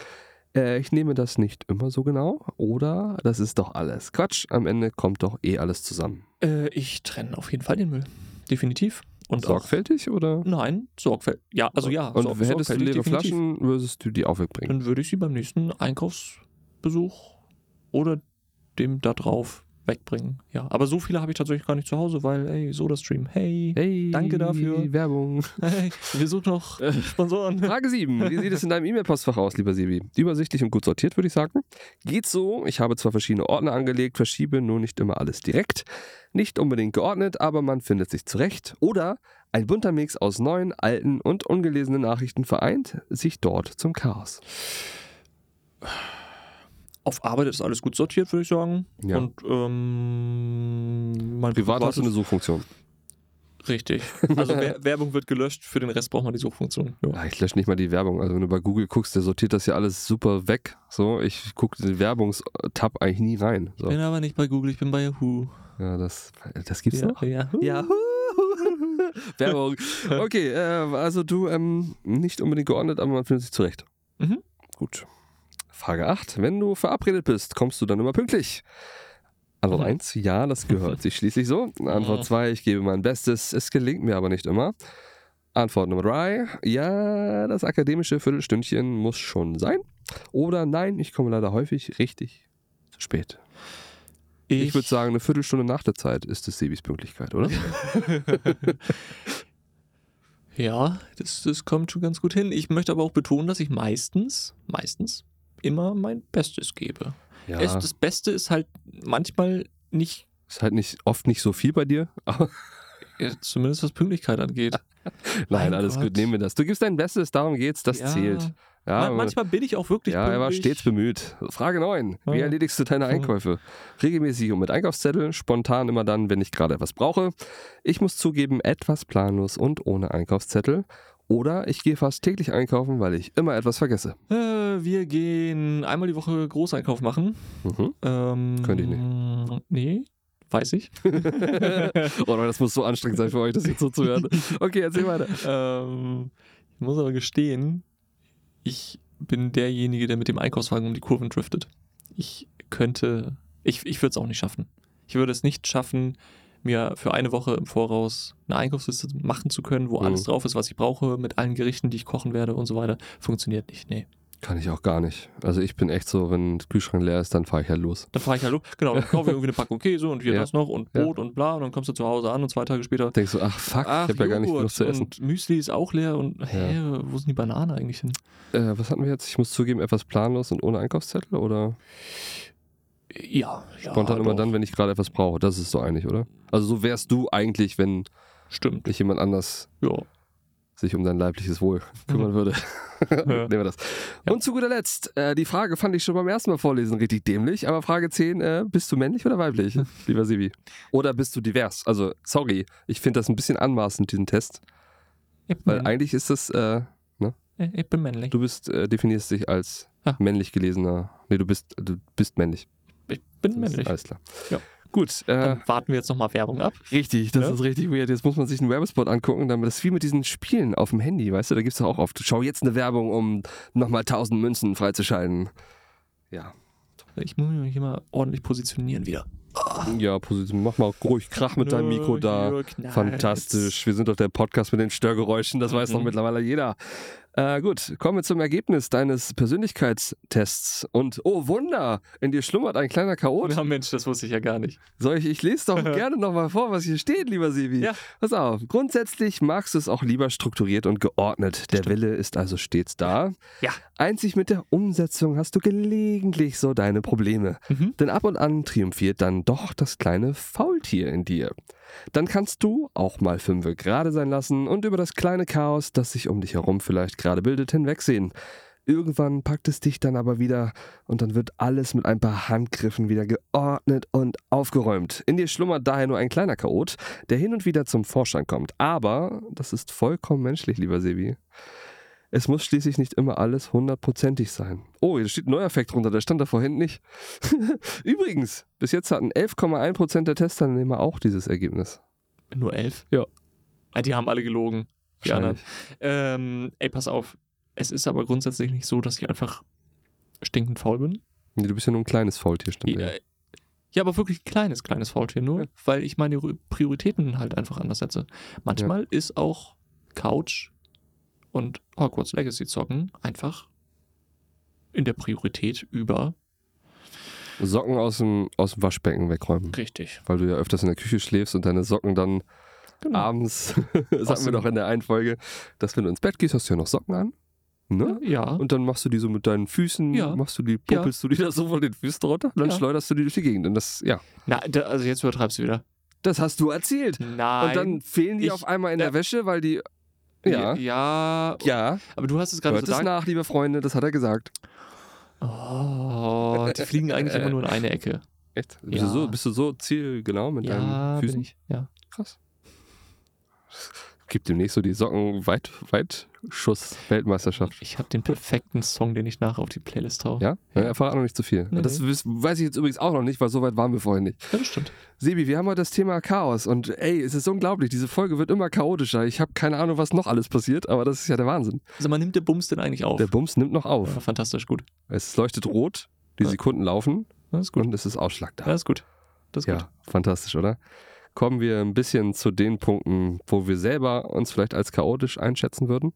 S1: Äh, ich nehme das nicht immer so genau. Oder das ist doch alles Quatsch. Am Ende kommt doch eh alles zusammen.
S2: Äh, ich trenne auf jeden Fall den Müll. Definitiv. Und
S1: Sorgfältig oder?
S2: Auch, nein, sorgfältig. Ja, also ja.
S1: Und
S2: sorg-
S1: hättest du
S2: sorgfältig,
S1: leere
S2: definitiv.
S1: Flaschen, würdest du die auch wegbringen.
S2: Dann würde ich sie beim nächsten Einkaufsbesuch oder dem da drauf wegbringen. Ja, aber so viele habe ich tatsächlich gar nicht zu Hause, weil, ey, Soda-Stream, hey,
S1: Hey,
S2: Danke dafür.
S1: Werbung.
S2: hey, wir suchen noch
S1: Äh.
S2: Sponsoren.
S1: Frage 7. Wie sieht es in deinem E-Mail-Postfach aus, lieber Sebi? Übersichtlich und gut sortiert, würde ich sagen. Geht so. Ich habe zwar verschiedene Ordner angelegt, verschiebe nur nicht immer alles direkt. Nicht unbedingt geordnet, aber man findet sich zurecht. Oder ein bunter Mix aus neuen, alten und ungelesenen Nachrichten vereint sich dort zum Chaos.
S2: Auf Arbeit ist alles gut sortiert, würde ich sagen.
S1: Ja.
S2: Und ähm, mein
S1: Privat hast du eine Suchfunktion.
S2: Richtig. Also
S1: [laughs]
S2: Wer Werbung wird gelöscht, für den Rest braucht man die Suchfunktion. Ja.
S1: Ja, Ah, ich lösche nicht mal die Werbung. Also wenn du bei Google guckst, der sortiert das ja alles super weg. So, ich gucke den Werbungstab eigentlich nie rein. So.
S2: Bin aber nicht bei Google, ich bin bei Yahoo.
S1: Ja, das, das gibt's noch.
S2: Yahoo.
S1: Ja. Werbung. [laughs] Okay, äh, also du ähm, nicht unbedingt geordnet, aber man findet sich zurecht.
S2: Mhm.
S1: Gut. Frage 8. Wenn du verabredet bist, kommst du dann immer pünktlich? Antwort 1, ja, das [laughs] gehört sich schließlich so. Antwort 2, ich gebe mein Bestes, es gelingt mir aber nicht immer. Antwort Nummer 3, ja, das akademische Viertelstündchen muss schon sein. Oder nein, ich komme leider häufig richtig zu spät. Ich,
S2: Ich,
S1: würde sagen, eine Viertelstunde nach der Zeit ist es Sebis Pünktlichkeit, oder?
S2: Ja, das, das kommt schon ganz gut hin. Ich möchte aber auch betonen, dass ich meistens, meistens immer mein Bestes gebe.
S1: [laughs] Ja.
S2: Es, das Beste ist halt manchmal nicht,
S1: Ist halt nicht oft nicht so viel bei dir, [laughs] aber
S2: äh, zumindest was Pünktlichkeit angeht.
S1: nein,
S2: Mein
S1: alles
S2: Gott.
S1: gut, nehmen wir das. Du gibst dein Bestes, darum geht's, das
S2: Ja.
S1: zählt. Ja,
S2: Man-
S1: aber-
S2: manchmal bin ich auch wirklich
S1: ja,
S2: pünktlich. Oh
S1: er war stets bemüht. Frage 9. Wie
S2: Ja.
S1: erledigst du deine Einkäufe? Regelmäßig und mit Einkaufszettel, spontan immer dann, wenn ich gerade etwas brauche. Ich muss zugeben, etwas planlos und ohne Einkaufszettel. Oder ich gehe fast täglich einkaufen, weil ich immer etwas vergesse.
S2: Äh, wir gehen einmal die Woche Großeinkauf machen.
S1: Mhm. [laughs]
S2: Ähm,
S1: Könnte ich
S2: nicht. Nee, weiß ich.
S1: Oder Oh, das muss so anstrengend sein für euch, das jetzt so zu hören. Okay, erzähl weiter.
S2: ähm, ich muss aber gestehen, ich bin derjenige, der mit dem Einkaufswagen um die Kurven driftet. Ich könnte, ich, ich würde es auch nicht schaffen. Ich würde es nicht schaffen, mir für eine Woche im Voraus eine Einkaufsliste machen zu können, wo
S1: Mhm.
S2: alles drauf ist, was ich brauche, mit allen Gerichten, die ich kochen werde und so weiter. Funktioniert nicht, nee.
S1: Kann ich auch gar nicht. Also ich bin echt so, wenn der Kühlschrank leer ist, dann fahre ich halt los.
S2: Dann fahre
S1: [laughs]
S2: ich hallo, genau, dann kaufe ich irgendwie eine Packung Käse und hier
S1: Ja.
S2: das noch und
S1: Ja.
S2: Brot und bla und dann kommst du zu Hause an und zwei Tage später.
S1: Denkst du, ach fuck, ich habe ja gar nicht
S2: Joghurt
S1: genug zu essen.
S2: Und Müsli ist auch leer und hä, wo sind die Bananen eigentlich hin?
S1: Äh, was hatten wir jetzt? Ich muss zugeben, etwas planlos und ohne Einkaufszettel oder
S2: Ja, ja.
S1: spontan immer
S2: doch.
S1: dann, wenn ich gerade etwas brauche. Das ist so eigentlich, oder? Also so wärst du eigentlich, wenn
S2: Stimmt.
S1: nicht jemand anders
S2: Ja.
S1: sich um dein leibliches
S2: [laughs]
S1: Wohl kümmern würde. Nehmen wir das. Und zu guter Letzt, äh, die Frage fand ich schon beim ersten Mal vorlesen richtig dämlich, aber Frage 10, äh, bist du männlich oder
S2: [laughs]
S1: weiblich, lieber Sibi? Oder bist du divers? Also, sorry, ich finde das ein bisschen anmaßend, diesen Test,
S2: Ich
S1: weil
S2: bin,
S1: eigentlich ist das, äh,
S2: ich bin männlich.
S1: du bist, äh, definierst dich als
S2: Ah.
S1: männlich gelesener, nee, du bist, du bist männlich.
S2: Ich
S1: Das
S2: bin
S1: ist
S2: männlich.
S1: Alles klar.
S2: Ja.
S1: Gut, äh,
S2: Dann warten wir jetzt nochmal Werbung ab.
S1: richtig, das
S2: ne?
S1: ist richtig weird. Jetzt muss man sich einen Werbespot angucken, damit das ist wie mit diesen Spielen auf dem Handy, weißt du, da gibt es auch oft, schau jetzt eine Werbung, um nochmal 1000 Münzen freizuschalten. Ja.
S2: Ich muss mich immer ordentlich positionieren wieder.
S1: Ja, Position, mach mal ruhig Krach mit deinem Mikro da.
S2: Nur knallt's.
S1: Fantastisch. Wir sind doch der Podcast mit den Störgeräuschen, das weiß doch mittlerweile jeder. Äh, gut, kommen wir zum Ergebnis deines Persönlichkeitstests. Und oh Wunder, in dir schlummert ein kleiner Chaot.
S2: Oh, Ja, Mensch, das wusste ich ja gar nicht.
S1: Soll ich, ich lese
S2: [laughs]
S1: doch gerne nochmal vor, was hier steht, lieber Sebi.
S2: Ja.
S1: Pass auf. Grundsätzlich magst du es auch lieber strukturiert und geordnet. Der Wille ist also stets da.
S2: Ja.
S1: Einzig mit der Umsetzung hast du gelegentlich so deine Probleme.
S2: Mhm.
S1: Denn ab und an triumphiert dann doch das kleine Faultier in dir. Dann kannst du auch mal Fünfe gerade sein lassen und über das kleine Chaos, das sich um dich herum vielleicht gerade bildet, hinwegsehen. Irgendwann packt es dich dann aber wieder und dann wird alles mit ein paar Handgriffen wieder geordnet und aufgeräumt. In dir schlummert daher nur ein kleiner Chaot, der hin und wieder zum Vorschein kommt. Aber das ist vollkommen menschlich, lieber Sebi. Es muss schließlich nicht immer alles hundertprozentig sein. Oh, hier steht ein Neueffekt drunter, der stand da vorhin nicht. [laughs] Übrigens, bis jetzt hatten 11,1% der Testteilnehmer auch dieses Ergebnis.
S2: Nur elf?
S1: Ja.
S2: Ah, die haben alle gelogen. Die anderen. Ähm, ey, pass auf. Es ist aber grundsätzlich nicht so, dass ich einfach stinkend faul bin.
S1: Nee, du bist ja nur ein kleines Faultier, stimmt.
S2: Ja, ja, aber wirklich kleines, kleines Faultier nur, weil ich meine Ru- Prioritäten halt einfach anders setze. Manchmal ist auch Couch und Hogwarts Legacy zocken einfach in der Priorität über.
S1: Socken aus dem, aus dem Waschbecken wegräumen.
S2: Richtig.
S1: Weil du ja öfters in der Küche schläfst und deine Socken dann Genau. abends, [laughs] sagen wir
S2: dem-
S1: doch in der einen Folge, dass wenn du ins Bett gehst, hast du ja noch Socken an. Ne?
S2: Ja.
S1: Und dann machst du die so mit deinen Füßen,
S2: Ja.
S1: machst du die, puppelst du die da so von den Füßen runter, dann
S2: Ja.
S1: schleuderst du die durch die Gegend. Und das, ja,
S2: Na, da, also jetzt übertreibst du wieder.
S1: das hast du erzählt.
S2: Nein.
S1: Und dann fehlen die
S2: Ich-
S1: auf einmal in
S2: Ja.
S1: der Wäsche, weil die. Ja. Ja.
S2: Ja. Aber du hast es gerade
S1: Hört es
S2: gesagt.
S1: nach, liebe Freunde, das hat er gesagt.
S2: Oh, die
S1: [laughs]
S2: fliegen eigentlich immer nur in eine Ecke.
S1: Echt? Bist,
S2: Ja.
S1: du, so, bist du so zielgenau mit
S2: Ja,
S1: deinen
S2: bin
S1: Füßen?
S2: ich. Ja.
S1: Krass. Gibt demnächst so die Socken weit, weit Schuss Weltmeisterschaft.
S2: Ich habe den perfekten Song, den ich nachher auf die Playlist haue.
S1: Ja? ja. Erfahrt noch nicht zu viel.
S2: Nee,
S1: das wiss- weiß ich jetzt übrigens auch noch nicht, weil so weit waren wir vorhin nicht.
S2: Ja, das stimmt.
S1: Sebi, wir haben heute das Thema Chaos und ey, es ist unglaublich. Diese Folge wird immer chaotischer. Ich habe keine Ahnung, was noch alles passiert, aber das ist ja der Wahnsinn.
S2: Also man nimmt der Bums denn eigentlich auf.
S1: Der Bums nimmt noch auf.
S2: ja, fantastisch gut.
S1: Es leuchtet rot, die
S2: Ja.
S1: Sekunden laufen
S2: Das ist gut.
S1: und es ist Ausschlag da.
S2: Das ist gut. Das ist gut.
S1: Ja, fantastisch, oder? Kommen wir ein bisschen zu den Punkten, wo wir selber uns vielleicht als chaotisch einschätzen würden.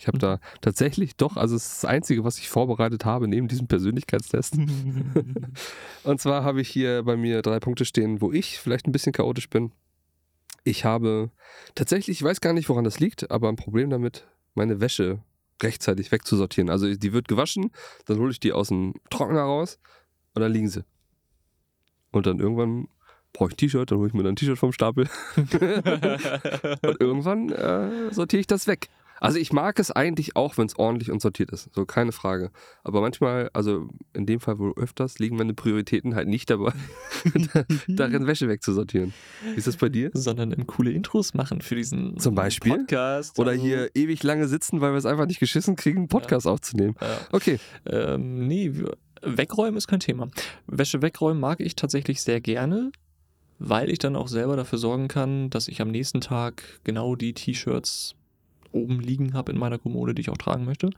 S1: Ich habe
S2: Mhm.
S1: da tatsächlich doch, also es ist das Einzige, was ich vorbereitet habe neben diesem Persönlichkeitstest.
S2: Mhm.
S1: Und zwar habe ich hier bei mir drei Punkte stehen, wo ich vielleicht ein bisschen chaotisch bin. Ich habe tatsächlich, ich weiß gar nicht, woran das liegt, aber ein Problem damit, meine Wäsche rechtzeitig wegzusortieren. Also die wird gewaschen, dann hole ich die aus dem Trockner raus und dann liegen sie. Und dann irgendwann brauche ich ein T-Shirt, dann hole ich mir dann ein T-Shirt vom Stapel. und irgendwann äh, sortiere ich das weg. Also ich mag es eigentlich auch, wenn es ordentlich und sortiert ist. So, keine Frage. Aber manchmal, also in dem Fall wohl öfters, liegen meine Prioritäten halt nicht dabei, [laughs] darin Wäsche wegzusortieren. Wie ist das bei dir?
S2: [laughs] Sondern in coole Intros machen für diesen
S1: Zum Beispiel?
S2: Podcast.
S1: Oder
S2: Also,
S1: hier ewig lange sitzen, weil wir es einfach nicht geschissen kriegen, einen Podcast aufzunehmen.
S2: Ja.
S1: Okay.
S2: Ähm, nee, wir- wegräumen ist kein Thema. Wäsche wegräumen mag ich tatsächlich sehr gerne, weil ich dann auch selber dafür sorgen kann, dass ich am nächsten Tag genau die T-Shirts oben liegen habe in meiner Kommode, die ich auch tragen möchte.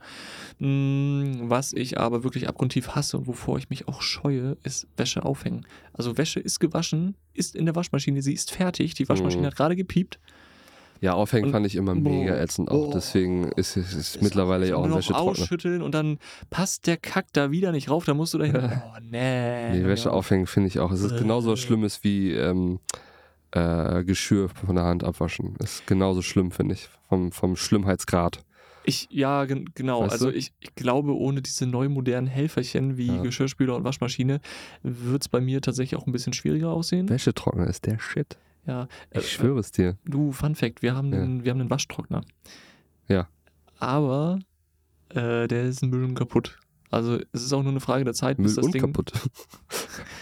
S2: Mm, Was ich aber wirklich abgrundtief hasse und wovor ich mich auch scheue, ist Wäsche aufhängen. Also Wäsche ist gewaschen, ist in der Waschmaschine, sie ist fertig, die Waschmaschine
S1: Mhm.
S2: hat gerade gepiept.
S1: Ja, aufhängen
S2: Und-
S1: fand ich immer
S2: Boah.
S1: mega ätzend auch.
S2: Boah.
S1: Deswegen ist es ist mittlerweile ja auch ein
S2: Nur noch
S1: Wäschetrockner.
S2: ausschütteln und dann passt der Kack da wieder nicht rauf, da musst du
S1: [laughs]
S2: da hin. Oh nee.
S1: Nee, Wäsche aufhängen finde ich auch. Es ist genauso
S2: Äh.
S1: was Schlimmes wie ähm, äh, Geschirr von der Hand abwaschen. Ist genauso schlimm, finde ich. Vom, vom Schlimmheitsgrad.
S2: Ich, ja, gen genau.
S1: Weißt
S2: also
S1: du?
S2: ich, ich glaube, ohne diese neu modernen Helferchen wie
S1: Ja.
S2: Geschirrspüler und Waschmaschine wird es bei mir tatsächlich auch ein bisschen schwieriger aussehen.
S1: Wäschetrockner ist der Shit.
S2: Ja. Äh,
S1: Ich schwöre es dir.
S2: Du, Fun Fact, wir haben, einen, wir haben einen Waschtrockner.
S1: Ja.
S2: Aber äh, der ist ein Müll kaputt. Also es ist auch nur eine Frage der Zeit, bis
S1: Müll
S2: das
S1: und
S2: Ding,
S1: kaputt.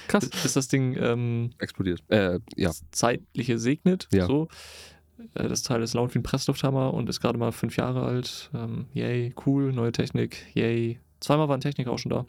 S1: Krass.
S2: bis das Ding ähm,
S1: [laughs] Explodiert. Äh, ja.
S2: das zeitliche segnet.
S1: Ja.
S2: So. Äh, Das Teil ist laut wie ein Presslufthammer und ist gerade mal fünf Jahre alt. Ähm, yay, cool, neue Technik, yay. Zweimal waren Techniker auch schon da,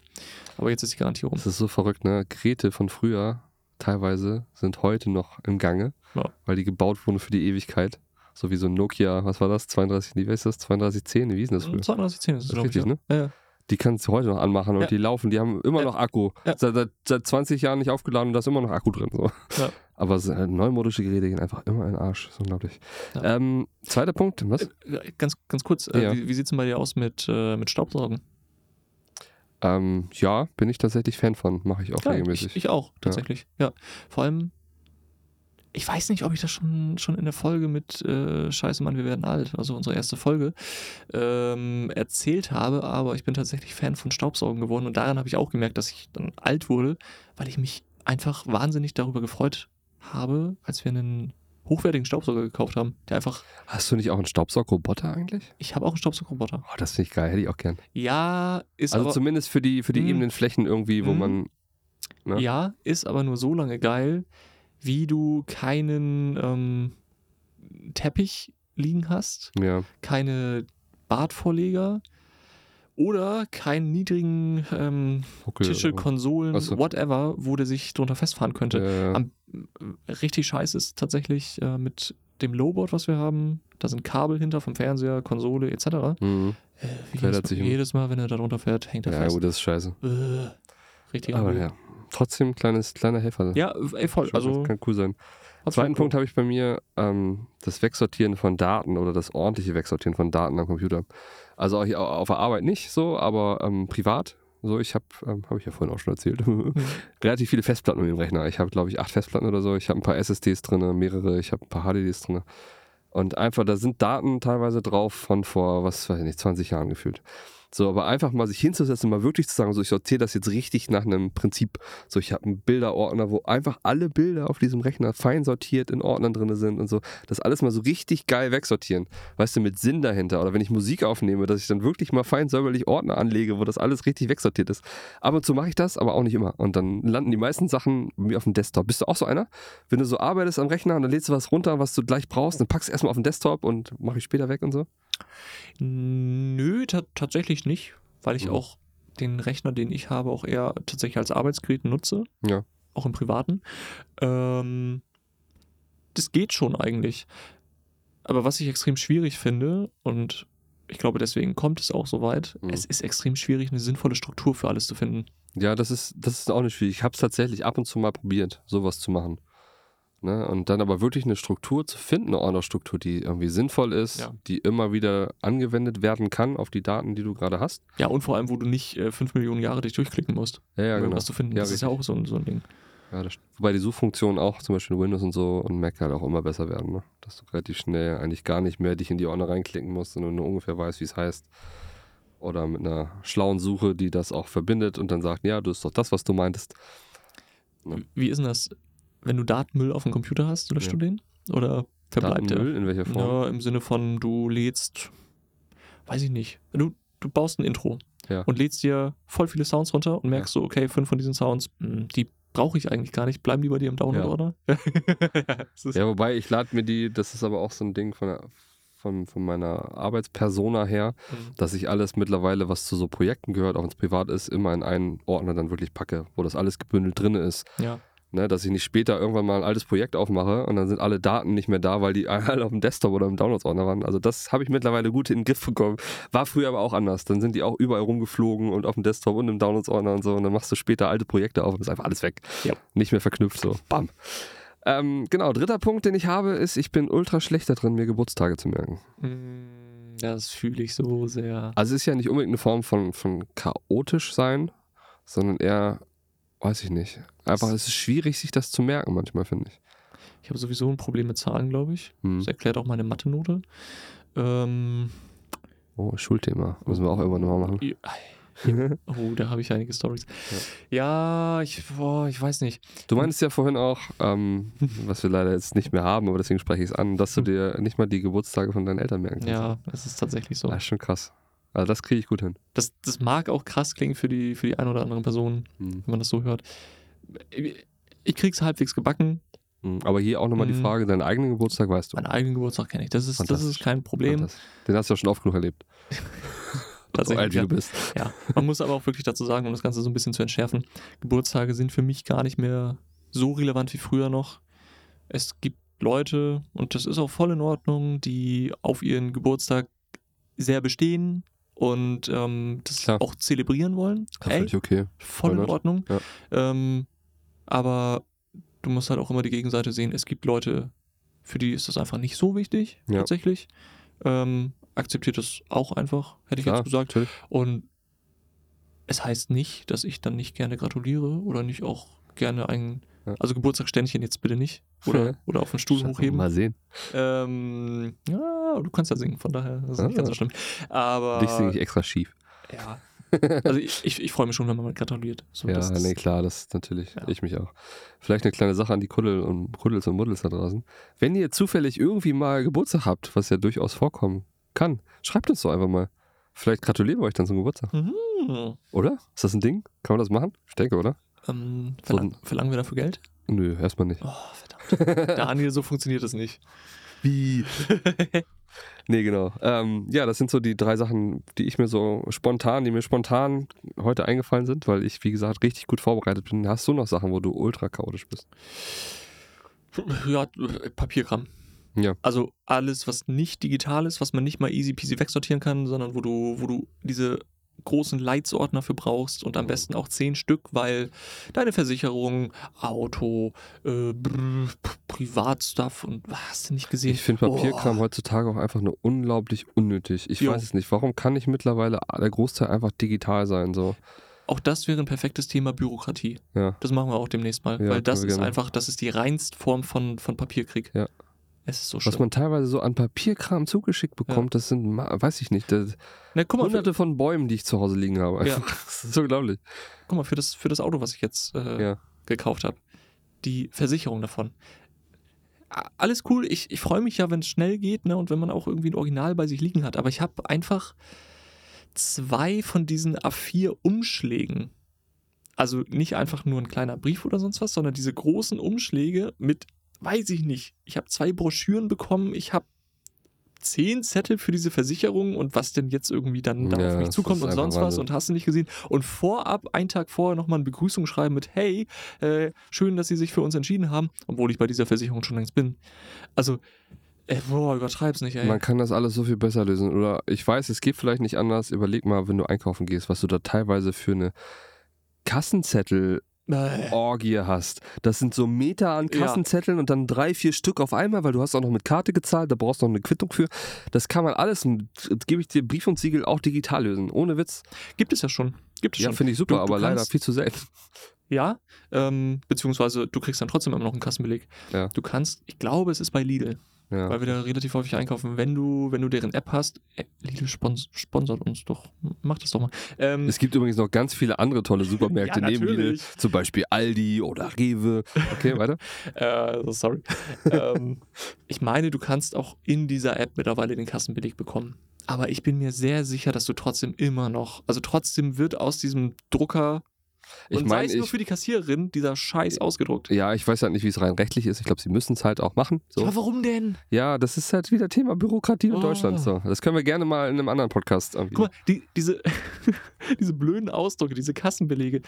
S2: aber jetzt ist die Garantie rum.
S1: Das ist so verrückt, ne? Geräte von früher teilweise sind heute noch im Gange,
S2: Ja.
S1: weil die gebaut wurden für die Ewigkeit. So wie so ein Nokia, was war das? 32, wie heißt das? 3210, wie hieß denn
S2: Hm,
S1: das früher?
S2: 2010 ist es,
S1: Das
S2: glaube
S1: ist
S2: ich.
S1: richtig, ne?
S2: ja. Ja, ja.
S1: Die kannst du heute noch anmachen und
S2: Ja.
S1: die laufen, die haben immer
S2: Ja.
S1: noch Akku.
S2: Ja.
S1: Seit, seit, seit 20 Jahren nicht aufgeladen und da ist immer noch Akku drin. So.
S2: Ja.
S1: Aber es- äh, neumodische Geräte gehen einfach immer in den Arsch. Das ist unglaublich.
S2: Ja.
S1: Ähm, zweiter Punkt, was?
S2: Äh, Ganz, ganz kurz, äh,
S1: Ja.
S2: wie, wie sieht es denn bei dir aus mit, äh, mit Staubsaugen?
S1: Ähm, ja, bin ich tatsächlich Fan von, mache ich auch
S2: Geil,
S1: regelmäßig.
S2: ich, ich auch, tatsächlich. Ja. Vor allem, ich weiß nicht, ob ich das schon, schon in der Folge mit äh, Scheiße Mann, wir werden alt, also unsere erste Folge, ähm, erzählt habe, aber ich bin tatsächlich Fan von Staubsaugen geworden und daran habe ich auch gemerkt, dass ich dann alt wurde, weil ich mich einfach wahnsinnig darüber gefreut habe, als wir einen hochwertigen Staubsauger gekauft haben, der einfach,
S1: Hast du nicht auch einen Staubsaugroboter eigentlich?
S2: ich habe auch einen Staubsaugerroboter.
S1: Oh, das finde ich geil, hätte ich auch gern.
S2: Ja, ist
S1: Also
S2: aber...
S1: zumindest für die, für die
S2: Hm.
S1: ebenen Flächen irgendwie, wo
S2: Hm.
S1: man. ne?
S2: Ja, ist aber nur so lange geil, wie du keinen ähm, Teppich liegen hast,
S1: Ja.
S2: keine Bartvorleger oder keinen niedrigen ähm,
S1: Huckel
S2: Tische,
S1: oder
S2: Konsolen,
S1: Ach so.
S2: whatever, wo der sich drunter festfahren könnte.
S1: Äh,
S2: Am, richtig scheiße ist tatsächlich äh, mit dem Lowboard, was wir haben. Da sind Kabel hinter vom Fernseher, Konsole etc.
S1: mh.
S2: Äh, wie
S1: Klettert
S2: jedes,
S1: sich
S2: Mal,
S1: um.
S2: jedes Mal, wenn er da drunter fährt, hängt er
S1: mhm. Ja,
S2: fest.
S1: gut, das ist scheiße.
S2: Äh, richtig
S1: Aber
S2: uncool.
S1: ja. Trotzdem kleines, kleiner Helfer.
S2: ja, ey, voll.
S1: Schon,
S2: Also,
S1: das kann cool sein.
S2: hat's
S1: Zweiten
S2: voll-
S1: Punkt habe ich bei mir ähm, das Wegsortieren von Daten oder das ordentliche Wegsortieren von Daten am Computer. Also auch hier au- auf der Arbeit nicht so, aber ähm, privat. So, ich habe, ähm, habe ich ja vorhin auch schon erzählt, [laughs] relativ viele Festplatten mit dem Rechner. Ich habe, glaube ich, acht Festplatten oder so. Ich habe ein paar SSDs drin, mehrere. Ich habe ein paar HDDs drin. Und einfach, da sind Daten teilweise drauf von vor, was weiß ich nicht, 20 Jahren gefühlt. So, aber einfach mal sich hinzusetzen, mal wirklich zu sagen, so ich sortiere das jetzt richtig nach einem Prinzip. So, ich habe einen Bilderordner, wo einfach alle Bilder auf diesem Rechner fein sortiert in Ordnern drin sind und so. Das alles mal so richtig geil wegsortieren. Weißt du, mit Sinn dahinter. Oder wenn ich Musik aufnehme, dass ich dann wirklich mal fein säuberlich Ordner anlege, wo das alles richtig wegsortiert ist. Ab und zu mache ich das, aber auch nicht immer. Und dann landen die meisten Sachen bei mir auf dem Desktop. Bist du auch so einer? Wenn du so arbeitest am Rechner und dann lädst du was runter, was du gleich brauchst, dann packst du erstmal auf den Desktop und mache ich später weg und so.
S2: Nö, ta tatsächlich nicht, weil ich
S1: Mhm.
S2: auch den Rechner, den ich habe, auch eher tatsächlich als Arbeitsgerät nutze.
S1: Ja.
S2: Auch im privaten. Ähm, das geht schon eigentlich. Aber was ich extrem schwierig finde, und ich glaube, deswegen kommt es auch so weit,
S1: Mhm.
S2: es ist extrem schwierig, eine sinnvolle Struktur für alles zu finden.
S1: Ja, das ist, das ist auch nicht schwierig. Ich habe es tatsächlich ab und zu mal probiert, sowas zu machen. Ne? Und dann aber wirklich eine Struktur zu finden, eine Ordnerstruktur, die irgendwie sinnvoll ist,
S2: Ja.
S1: die immer wieder angewendet werden kann auf die Daten, die du gerade hast.
S2: Ja, und vor allem, wo du nicht äh, 5 Millionen Jahre dich durchklicken musst,
S1: Ja, ja,
S2: um
S1: genau.
S2: irgendwas zu finden.
S1: Ja,
S2: das ist ja auch so ein, so ein Ding.
S1: Ja, das, stimmt. wobei die Suchfunktionen auch, zum Beispiel Windows und so und Mac halt auch immer besser werden, ne? dass du relativ schnell eigentlich gar nicht mehr dich in die Ordner reinklicken musst, sondern nur ungefähr weißt, wie es heißt. Oder mit einer schlauen Suche, die das auch verbindet und dann sagt, ja, du ist doch das, was du meintest.
S2: Wie ist denn das, wenn du Datenmüll auf dem Computer hast, löscht
S1: Ja.
S2: du den? Oder verbleibt der?
S1: Datenmüll, in welcher Form?
S2: Ja, Ne, im Sinne von, du lädst, weiß ich nicht, du, du baust ein Intro
S1: Ja.
S2: und lädst dir voll viele Sounds runter und merkst so, okay, fünf von diesen Sounds, mh, die brauche ich eigentlich gar nicht, bleiben die bei dir im Download-Order? [laughs] Ja. es ist-
S1: Ja, wobei ich lade mir die, das ist aber auch so ein Ding von, der, von, von meiner Arbeitspersona her,
S2: Mhm.
S1: dass ich alles mittlerweile, was zu so Projekten gehört, auch wenn es privat ist, immer in einen Ordner dann wirklich packe, wo das alles gebündelt drin ist.
S2: ja.
S1: Ne, dass ich nicht später irgendwann mal ein altes Projekt aufmache und dann sind alle Daten nicht mehr da, weil die [laughs] alle auf dem Desktop oder im Downloads-Ordner waren. Also das habe ich mittlerweile gut in den Griff bekommen. War früher aber auch anders. Dann sind die auch überall rumgeflogen und auf dem Desktop und im Downloads-Ordner und so. Und dann machst du später alte Projekte auf und ist einfach alles weg.
S2: Ja.
S1: Nicht mehr verknüpft so. Bam. Ähm, genau, dritter Punkt, den ich habe, ist, ich bin ultra schlecht da drin, mir Geburtstage zu merken.
S2: Mm, Das fühle ich so sehr.
S1: Also es ist ja nicht unbedingt eine Form von, von chaotisch sein, sondern eher, weiß ich nicht. Einfach, es ist schwierig, sich das zu merken manchmal, finde ich.
S2: Ich habe sowieso ein Problem mit Zahlen, glaube ich.
S1: Hm.
S2: Das erklärt auch meine Mathe-Note. Ähm,
S1: Oh, Schulthema. Müssen wir auch irgendwann nochmal machen.
S2: Ja, ja. oh, da habe ich einige Stories. Ja, ich, boah, ich weiß nicht.
S1: Du meinst ja vorhin auch,
S2: [laughs]
S1: ähm, was wir leider jetzt nicht mehr haben, aber deswegen spreche ich es an, dass du dir nicht mal die Geburtstage von deinen Eltern merken kannst.
S2: Hm. Ja, es ist tatsächlich so.
S1: Das ist schon krass. Also das kriege ich gut hin.
S2: Das, das mag auch krass klingen für die, für die ein oder andere Person,
S1: Mhm.
S2: wenn man das so hört. Ich krieg's halbwegs gebacken.
S1: Mhm. Aber hier auch nochmal die
S2: Mhm.
S1: Frage, deinen eigenen Geburtstag weißt du.
S2: Meinen eigenen Geburtstag kenne ich. Das ist, das
S1: Fantastisch.
S2: ist kein Problem.
S1: Das- Den hast du ja schon oft genug erlebt. So alt wie du bist.
S2: Ja. Man muss aber auch wirklich dazu sagen, um das Ganze so ein bisschen zu entschärfen, Geburtstage sind für mich gar nicht mehr so relevant wie früher noch. Es gibt Leute, und das ist auch voll in Ordnung, die auf ihren Geburtstag sehr bestehen und ähm, das
S1: Klar.
S2: auch zelebrieren wollen.
S1: Ja, Völlig okay.
S2: voll in
S1: Voll nett.
S2: Ordnung.
S1: Ja.
S2: Ähm, aber du musst halt auch immer die Gegenseite sehen. Es gibt Leute, für die ist das einfach nicht so wichtig,
S1: Ja.
S2: tatsächlich. Ähm, akzeptiert das auch einfach, hätte ich
S1: Klar,
S2: jetzt gesagt.
S1: natürlich.
S2: Und es heißt nicht, dass ich dann nicht gerne gratuliere oder nicht auch gerne ein,
S1: Ja.
S2: also Geburtstagsständchen jetzt bitte nicht oder, oder auf den Stuhl
S1: Schatz,
S2: hochheben.
S1: Mal sehen.
S2: Ähm, ja, du kannst ja singen, von daher ist es nicht
S1: Ah.
S2: ganz so schlimm. Aber
S1: Dich singe ich extra schief.
S2: ja. Also ich, ich, ich freue mich schon, wenn man mal gratuliert. So,
S1: Ja,
S2: das- das-
S1: nee, klar, das ist natürlich.
S2: Ja.
S1: Ich mich auch. Vielleicht eine kleine Sache an die Kuddel und Kuddels und Muddels da draußen. Wenn ihr zufällig irgendwie mal Geburtstag habt, was ja durchaus vorkommen kann, schreibt uns doch einfach mal. Vielleicht gratulieren wir euch dann zum Geburtstag.
S2: Mhm.
S1: Oder? Ist das ein Ding? Kann man das machen? Ich denke, oder?
S2: Ähm,
S1: So
S2: verlang, verlangen wir dafür Geld?
S1: Nö, erstmal nicht.
S2: [laughs] Oh, verdammt. Daniel, so funktioniert das nicht.
S1: Wie? Nee, genau. Ähm, ja, das sind so die drei Sachen, die ich mir so spontan, die mir spontan heute eingefallen sind, weil ich, wie gesagt, richtig gut vorbereitet bin. Hast du noch Sachen, wo du ultra chaotisch bist?
S2: Ja, äh, Papierkram.
S1: Ja.
S2: Also alles, was nicht digital ist, was man nicht mal easy peasy wegsortieren kann, sondern wo du, wo du diese großen Leitsordner für brauchst und am besten auch zehn Stück, weil deine Versicherung, Auto, äh, brr, P- Privatstuff und was hast du nicht gesehen?
S1: Ich finde Papierkram heutzutage auch einfach nur unglaublich unnötig. Ich
S2: Jo.
S1: weiß es nicht. Warum kann ich mittlerweile der Großteil einfach digital sein? So?
S2: Oh, auch das wäre ein perfektes Thema Bürokratie.
S1: Ja.
S2: Das machen wir auch demnächst mal,
S1: Ja,
S2: weil das
S1: können wir
S2: ist
S1: gerne.
S2: einfach, das ist die reinste Form von, von Papierkrieg.
S1: Ja.
S2: Es ist so schön.
S1: Was man teilweise so an Papierkram zugeschickt bekommt, das sind, ma- weiß ich nicht, das,
S2: Na, guck mal, für-
S1: hunderte von Bäumen, die ich zu Hause liegen habe.
S2: Ja.
S1: Einfach. Das ist unglaublich.
S2: guck mal, für das, für das Auto, was ich jetzt äh,
S1: Ja.
S2: gekauft habe, die Versicherung davon. A- Alles cool, ich, ich freue mich ja, wenn es schnell geht ne, und wenn man auch irgendwie ein Original bei sich liegen hat. Aber ich habe einfach zwei von diesen A4-Umschlägen. Also nicht einfach nur ein kleiner Brief oder sonst was, sondern diese großen Umschläge mit, weiß ich nicht, ich habe zwei Broschüren bekommen, ich habe zehn Zettel für diese Versicherung und was denn jetzt irgendwie dann da
S1: Ja,
S2: auf mich
S1: das
S2: zukommt
S1: ist
S2: und
S1: einfach
S2: sonst was
S1: Wahnsinn.
S2: und hast du nicht gesehen. Und vorab, einen Tag vorher, nochmal eine Begrüßung schreiben mit, hey, äh, schön, dass Sie sich für uns entschieden haben, obwohl ich bei dieser Versicherung schon längst bin. Also, äh, boah, übertreib's nicht, ey.
S1: Man kann das alles so viel besser lösen. Oder ich weiß, es geht vielleicht nicht anders. Überleg mal, wenn du einkaufen gehst, was du da teilweise für eine Kassenzettel-Orgie
S2: Äh,
S1: hast. Das sind so Meter an
S2: Ja.
S1: Kassenzetteln und dann drei, vier Stück auf einmal, weil du hast auch noch mit Karte gezahlt, da brauchst du noch eine Quittung für. Das kann man alles, das gebe ich dir Brief und Siegel, auch digital lösen. Ohne Witz.
S2: gibt es ja schon. Gibt es
S1: Ja,
S2: schon.
S1: finde ich super,
S2: Du- du
S1: aber leider
S2: kannst-
S1: viel zu selten. [laughs]
S2: Ja, ähm, beziehungsweise du kriegst dann trotzdem immer noch einen Kassenbeleg.
S1: Ja.
S2: Du kannst, ich glaube, es ist bei Lidl,
S1: Ja.
S2: weil wir da relativ häufig einkaufen. Wenn du, wenn du deren App hast, äh, Lidl spons sponsert uns doch. Mach das doch mal. Ähm,
S1: Es gibt übrigens noch ganz viele andere tolle Supermärkte
S2: [laughs] Ja,
S1: neben Lidl,
S2: natürlich.
S1: zum Beispiel Aldi oder Rewe. Okay, weiter.
S2: [laughs] äh, so
S1: [laughs]
S2: sorry. ähm, ich meine, du kannst auch in dieser App mittlerweile den Kassenbeleg bekommen. Aber ich bin mir sehr sicher, dass du trotzdem immer noch, also trotzdem wird aus diesem Drucker,
S1: Ich
S2: und sei
S1: meine,
S2: es nur
S1: ich,
S2: für die Kassiererin, dieser Scheiß ausgedruckt.
S1: ja, ich weiß halt nicht, wie es rein rechtlich ist. Ich glaube, sie müssen es halt auch machen. So.
S2: Aber warum denn?
S1: Ja, das ist halt wieder Thema Bürokratie in
S2: Oh.
S1: Deutschland. So. Das können wir gerne mal in einem anderen Podcast. irgendwie-
S2: Guck mal, die, diese, [laughs] diese blöden Ausdrücke, diese Kassenbelege,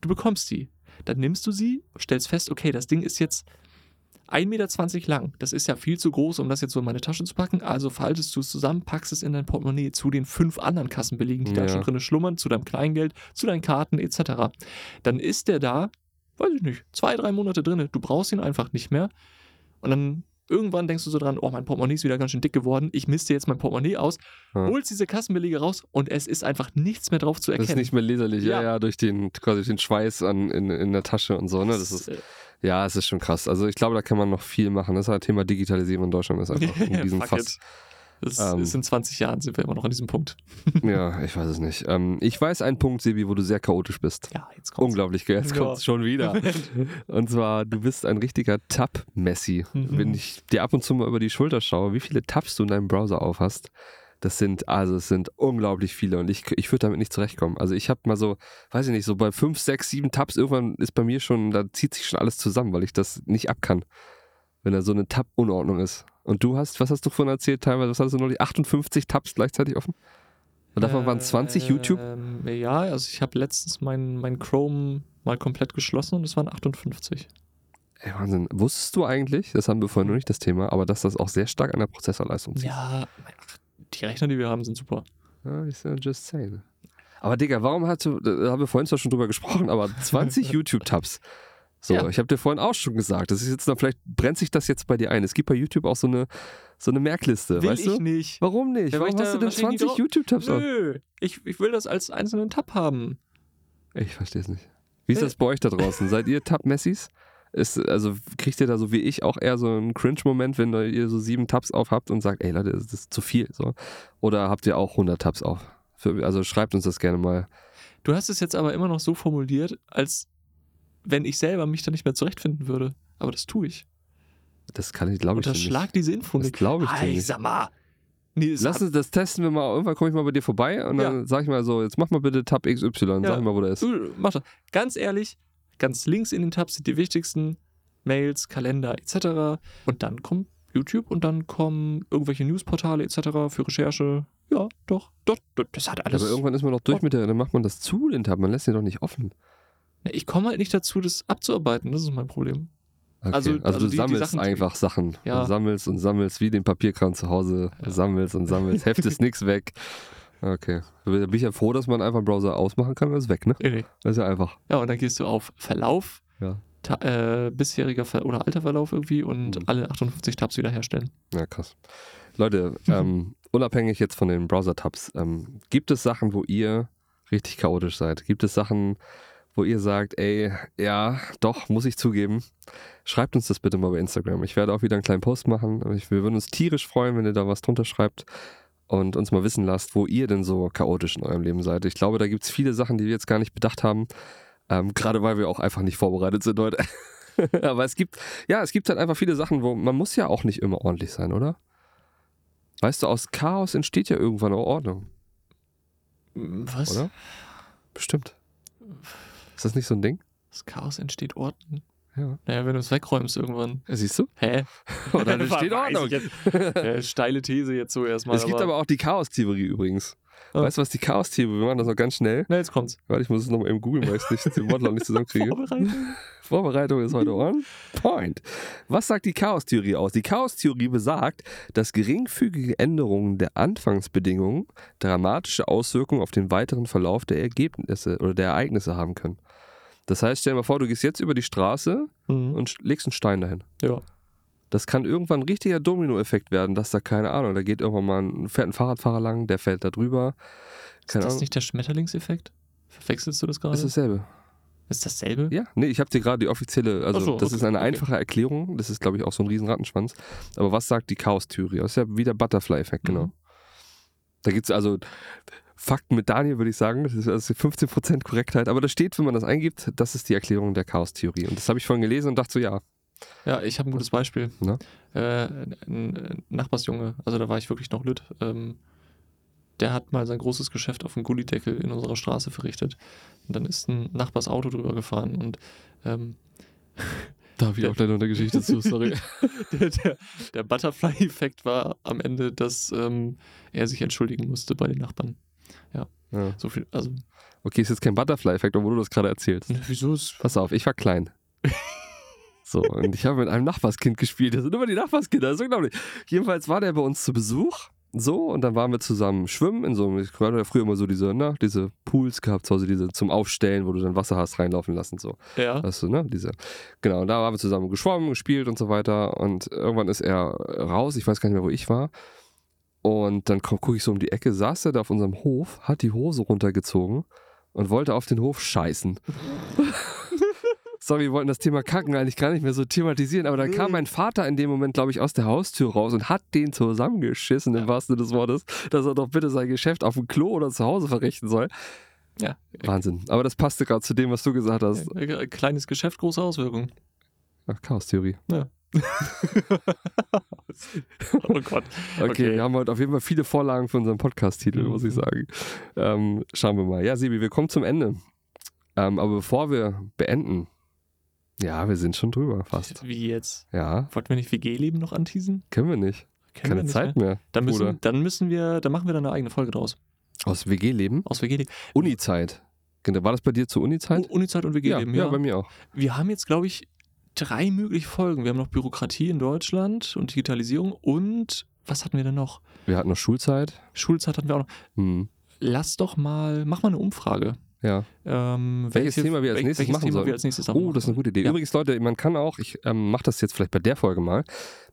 S2: du bekommst die. Dann nimmst du sie, stellst fest, okay, das Ding ist jetzt 1,20 Meter lang. Das ist ja viel zu groß, um das jetzt so in meine Tasche zu packen. Also faltest du es zusammen, packst es in dein Portemonnaie zu den fünf anderen Kassenbelegen, die da
S1: Ja.
S2: schon drin schlummern, zu deinem Kleingeld, zu deinen Karten etc. Dann ist der da, weiß ich nicht, zwei, drei Monate drin. Du brauchst ihn einfach nicht mehr. Und dann irgendwann denkst du so dran, oh, mein Portemonnaie ist wieder ganz schön dick geworden. Ich misste jetzt mein Portemonnaie aus,
S1: Ja.
S2: holst diese Kassenbelege raus und es ist einfach nichts mehr drauf zu
S1: das ist
S2: erkennen.
S1: nicht mehr leserlich. Ja,
S2: Ja.
S1: ja, durch den, quasi durch den Schweiß an, in, in der Tasche und so. Ne? Das ist,
S2: äh,
S1: ja, es ist schon krass. Also ich glaube, da kann man noch viel machen. Das ist halt Thema Digitalisierung in Deutschland. ist
S2: [laughs]
S1: einfach [laughs] ein
S2: fuck
S1: Riesenfass.
S2: it. Das
S1: Ähm.
S2: ist in 20 Jahren sind wir immer noch an diesem Punkt.
S1: Ja, ich weiß es nicht. Ähm, ich weiß einen Punkt, Sebi, wo du sehr chaotisch bist.
S2: Ja, jetzt kommt's.
S1: Unglaublich, gell? Jetzt
S2: Ja.
S1: kommt's schon
S2: [laughs]
S1: wieder. Und zwar, du bist ein richtiger Tab-Messi.
S2: Mhm.
S1: Wenn ich dir ab und zu mal über die Schulter schaue, wie viele Tabs du in deinem Browser auf hast, das sind, also es sind unglaublich viele und ich, ich würde damit nicht zurechtkommen. Also ich habe mal so, weiß ich nicht, so bei fünf, sechs, sieben Tabs irgendwann ist bei mir schon, da zieht sich schon alles zusammen, weil ich das nicht ab kann. Wenn da so eine Tab-Unordnung ist. Und du hast, was hast du vorhin erzählt, teilweise, was hast du noch, die 58 Tabs gleichzeitig offen? Und davon waren 20 YouTube?
S2: Ähm, ja, also ich habe letztens mein, mein Chrome mal komplett geschlossen und es waren 58.
S1: Ey, Wahnsinn. Wusstest du eigentlich, das haben wir
S2: Mhm.
S1: vorhin noch nicht das Thema, aber dass das auch sehr stark an der Prozessorleistung zieht?
S2: Ja, ach, die Rechner, die wir haben, sind super.
S1: Ja, ich sag just saying. Aber Digga, warum hast du, da haben wir vorhin zwar schon drüber gesprochen, aber
S2: [laughs]
S1: 20 YouTube-Tabs. So,
S2: Ja.
S1: ich habe dir vorhin auch schon gesagt, das ist jetzt noch, vielleicht brennt sich das jetzt bei dir ein. Es gibt bei YouTube auch so eine, so eine Merkliste,
S2: Will
S1: weißt
S2: ich
S1: du?
S2: nicht.
S1: Warum nicht?
S2: Ja, weil
S1: warum
S2: ich
S1: hast
S2: da
S1: du denn 20
S2: wahrscheinlich nicht drauf-
S1: YouTube-Tabs auf?
S2: Nö, ich, ich will das als einzelnen Tab haben.
S1: Ich verstehe es nicht. Wie
S2: Äh.
S1: ist das bei euch da draußen? Seid ihr Tab-Messis? Ist, also kriegt ihr da so wie ich auch eher so einen Cringe-Moment, wenn da ihr so sieben Tabs auf habt und sagt, ey Leute, das ist zu viel. So. Oder habt ihr auch 100 Tabs auf? Für, also schreibt uns das gerne mal.
S2: Du hast es jetzt aber immer noch so formuliert, als wenn ich selber mich da nicht mehr zurechtfinden würde. Aber das tue ich.
S1: Das kann ich, glaube ich, dir
S2: Unterschlag
S1: nicht.
S2: diese Info
S1: Das
S2: nicht.
S1: glaube ich dir
S2: Ey,
S1: nicht.
S2: sag mal. Nee, das
S1: Lass uns das testen wir mal. Irgendwann komme ich mal bei dir vorbei und dann sag ich mal so, jetzt mach mal bitte Tab XY,
S2: Ja.
S1: sag mal, wo der ist.
S2: Du, mach das. Ganz ehrlich, ganz links in den Tabs sind die wichtigsten. Mails, Kalender etc. Und dann kommt YouTube und dann kommen irgendwelche Newsportale etc. für Recherche. Ja, doch, doch, doch das hat alles.
S1: Aber irgendwann ist man doch durch mit der, dann macht man das zu, den Tab. Man lässt den doch nicht offen.
S2: Ja, ich komme halt nicht dazu, das abzuarbeiten. Das ist mein Problem.
S1: Okay.
S2: Also-
S1: Also,
S2: also
S1: du
S2: die- die
S1: sammelst
S2: Sachen, die-
S1: einfach Sachen.
S2: Ja.
S1: Und sammelst und sammelst, wie den Papierkram zu Hause. Sammelst und
S2: [laughs]
S1: sammelst, heftest nichts weg. Okay. Da bin ich ja froh, dass man einfach einen Browser ausmachen kann und ist weg, ne?
S2: Nee, nee.
S1: Das ist ja einfach.
S2: Ja, und dann gehst du auf Verlauf,
S1: Ja.
S2: ta- äh, bisheriger Ver oder alter Verlauf irgendwie und
S1: Hm.
S2: alle 58 Tabs wiederherstellen.
S1: Ja, krass. Leute, ähm, unabhängig jetzt von den Browser-Tabs, ähm, gibt es Sachen, wo ihr richtig chaotisch seid? Gibt es Sachen, wo ihr sagt, ey, ja, doch, muss ich zugeben? Schreibt uns das bitte mal bei Instagram. Ich werde auch wieder einen kleinen Post machen. Ich, wir würden uns tierisch freuen, wenn ihr da was drunter schreibt und uns mal wissen lasst, wo ihr denn so chaotisch in eurem Leben seid. Ich glaube, da gibt es viele Sachen, die wir jetzt gar nicht bedacht haben. Ähm, gerade weil wir auch einfach nicht vorbereitet sind heute. [laughs] Aber es gibt, ja, es gibt halt einfach viele Sachen, wo man muss ja auch nicht immer ordentlich sein, oder? Weißt du, aus Chaos entsteht ja irgendwann auch Ordnung,
S2: Was?
S1: oder? Bestimmt. Ist das nicht so ein Ding?
S2: Das Chaos entsteht Orten.
S1: Ja.
S2: Naja, wenn du es wegräumst irgendwann.
S1: Siehst du?
S2: [laughs] Hä?
S1: [laughs] Oder entsteht
S2: Weiß ich
S1: Ordnung.
S2: jetzt.
S1: [laughs]
S2: Ja, steile These jetzt so erstmal.
S1: Es gibt aber auch die Chaos-Theorie übrigens.
S2: Ah.
S1: Weißt du, was die Chaos-Theorie, wir machen das noch ganz schnell.
S2: Na, jetzt kommt's.
S1: Warte, ich muss es nochmal eben googeln, weil ich es nicht, den Wortlaut nicht
S2: [laughs]
S1: zusammenkriege. [laughs]
S2: Vorbereitung.
S1: Vorbereitung ist heute on point. Was sagt die Chaostheorie aus? Die Chaostheorie besagt, dass geringfügige Änderungen der Anfangsbedingungen dramatische Auswirkungen auf den weiteren Verlauf der Ergebnisse oder der Ereignisse haben können. Das heißt, stell dir mal vor, du gehst jetzt über die Straße
S2: Mhm.
S1: und sch- legst einen Stein dahin.
S2: Ja.
S1: Das kann irgendwann ein richtiger Dominoeffekt werden, dass da keine Ahnung, da geht irgendwann mal ein, fährt ein Fahrradfahrer lang, der fällt da drüber. Keine
S2: Ist das
S1: Ahnung.
S2: nicht der Schmetterlingseffekt? Verwechselst du das gerade?
S1: ist dasselbe.
S2: Ist dasselbe?
S1: Ja, nee, ich habe dir gerade die offizielle, also
S2: Ach so,
S1: das
S2: okay,
S1: ist eine
S2: okay.
S1: einfache Erklärung, das ist glaube ich auch so ein riesen Rattenschwanz, aber was sagt die Chaos-Theorie? Das ist ja wieder Butterfly-Effekt, genau.
S2: Mhm.
S1: Da gibt's also Fakten mit Daniel, würde ich sagen, das ist also 15% Korrektheit, aber da steht, wenn man das eingibt, das ist die Erklärung der Chaos-Theorie und das habe ich vorhin gelesen und dachte so, ja,
S2: Ja, ich habe ein gutes Beispiel.
S1: Na?
S2: Äh, ein- ein Nachbarsjunge, also da war ich wirklich noch lütt, ähm, der hat mal sein großes Geschäft auf dem Gullideckel in unserer Straße verrichtet. Und dann ist ein Nachbars Auto drüber gefahren und ähm, [laughs]
S1: da habe ich auch leider eine Geschichte zu, sorry.
S2: der, der, der Butterfly-Effekt war am Ende, dass ähm, er sich entschuldigen musste bei den Nachbarn.
S1: [laughs] Ja.
S2: So viel, also,
S1: Okay, ist jetzt kein Butterfly-Effekt, obwohl du das gerade erzählst.
S2: wieso ist.
S1: Pass auf, ich war klein. So, und ich habe mit einem Nachbarskind gespielt. Das sind immer die Nachbarskinder, das ist unglaublich. Jedenfalls war der bei uns zu Besuch. So, und dann waren wir zusammen schwimmen in so einem, ich hatte ja früher immer so diese, ne, diese Pools gehabt, zu Hause, diese zum Aufstellen, wo du dann Wasser hast reinlaufen lassen, so.
S2: [laughs] Ja.
S1: Weißt du, ne? Diese. Genau, und da haben wir zusammen geschwommen, gespielt und so weiter. Und irgendwann ist er raus, ich weiß gar nicht mehr, wo ich war. Und dann gucke ich so um die Ecke, saß er da auf unserem Hof, hat die Hose runtergezogen und wollte auf den Hof scheißen.
S2: [laughs]
S1: Sorry, wir wollten das Thema Kacken eigentlich gar nicht mehr so thematisieren, aber dann kam mein Vater in dem Moment, glaube ich, aus der Haustür raus und hat den zusammengeschissen, im wahrsten Sinne des Wortes, dass er doch bitte sein Geschäft auf dem Klo oder zu Hause verrichten soll.
S2: ja.
S1: Wahnsinn. Aber das passte gerade zu dem, was du gesagt hast.
S2: Äh, Kleines Geschäft, große Auswirkungen.
S1: Ach, Chaos-Theorie.
S2: Oh Gott.
S1: Okay, wir haben heute auf jeden Fall viele Vorlagen für unseren Podcast-Titel, muss ich
S2: Mhm.
S1: sagen. Ähm, schauen wir mal. Ja, Sebi, wir kommen zum Ende. Ähm, aber bevor wir beenden, ja, wir sind schon drüber fast.
S2: [laughs] Wie jetzt?
S1: Ja,
S2: Wollten wir nicht WG-Leben noch anteasen?
S1: können wir nicht.
S2: Kennen wir
S1: Keine
S2: nicht
S1: Zeit mehr.
S2: Dann
S1: Bruder.
S2: müssen, dann müssen wir, dann machen wir dann eine eigene Folge draus.
S1: Aus WG-Leben?
S2: Aus WG-Leben.
S1: Unizeit. Genau, War das bei dir zur Unizeit?
S2: U- Unizeit und
S1: ja,
S2: WG-Leben,
S1: ja,
S2: ja.
S1: bei mir auch.
S2: Wir haben jetzt, glaube ich, drei mögliche Folgen. Wir haben noch Bürokratie in Deutschland und Digitalisierung und was hatten wir denn noch?
S1: Wir hatten noch Schulzeit.
S2: Schulzeit hatten wir auch noch.
S1: Hm.
S2: Lass doch mal, mach mal eine Umfrage.
S1: Ja.
S2: Ähm,
S1: Welches Thema wir als
S2: wel-
S1: nächstes
S2: welches
S1: machen
S2: Thema
S1: sollten.
S2: wir als nächstes dann
S1: Oh, das ist eine gute Idee.
S2: Ja.
S1: Übrigens, Leute, man kann auch, ich ähm, mache das jetzt vielleicht bei der Folge mal,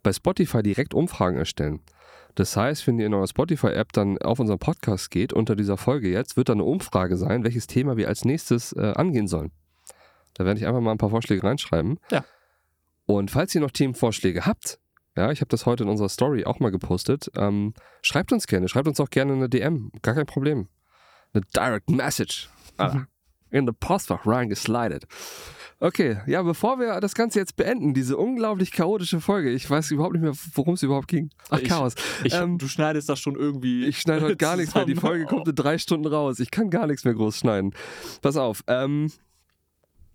S1: bei Spotify direkt Umfragen erstellen. Das heißt, wenn ihr in eurer Spotify-App dann auf unseren Podcast geht, unter dieser Folge jetzt, wird da eine Umfrage sein, welches Thema wir als nächstes äh, angehen sollen. Da werde ich einfach mal ein paar Vorschläge reinschreiben.
S2: Ja.
S1: Und falls ihr noch Themenvorschläge habt, ja, ich habe das heute in unserer Story auch mal gepostet, ähm, schreibt uns gerne, schreibt uns auch gerne eine DM, gar kein Problem. Eine Direct Message.
S2: Mhm.
S1: Alter. In the Postfach reingeslidet. Okay, ja, bevor wir das Ganze jetzt beenden, diese unglaublich chaotische Folge, ich weiß überhaupt nicht mehr, worum es überhaupt ging. Ach,
S2: Ich-
S1: Chaos.
S2: Ich, [laughs]
S1: ähm,
S2: du schneidest das schon irgendwie.
S1: Ich schneide heute gar nichts mehr.
S2: [laughs]
S1: Die
S2: zusammen.
S1: Folge kommt in drei Stunden raus. Ich kann gar nichts mehr groß schneiden. Pass auf. Ähm,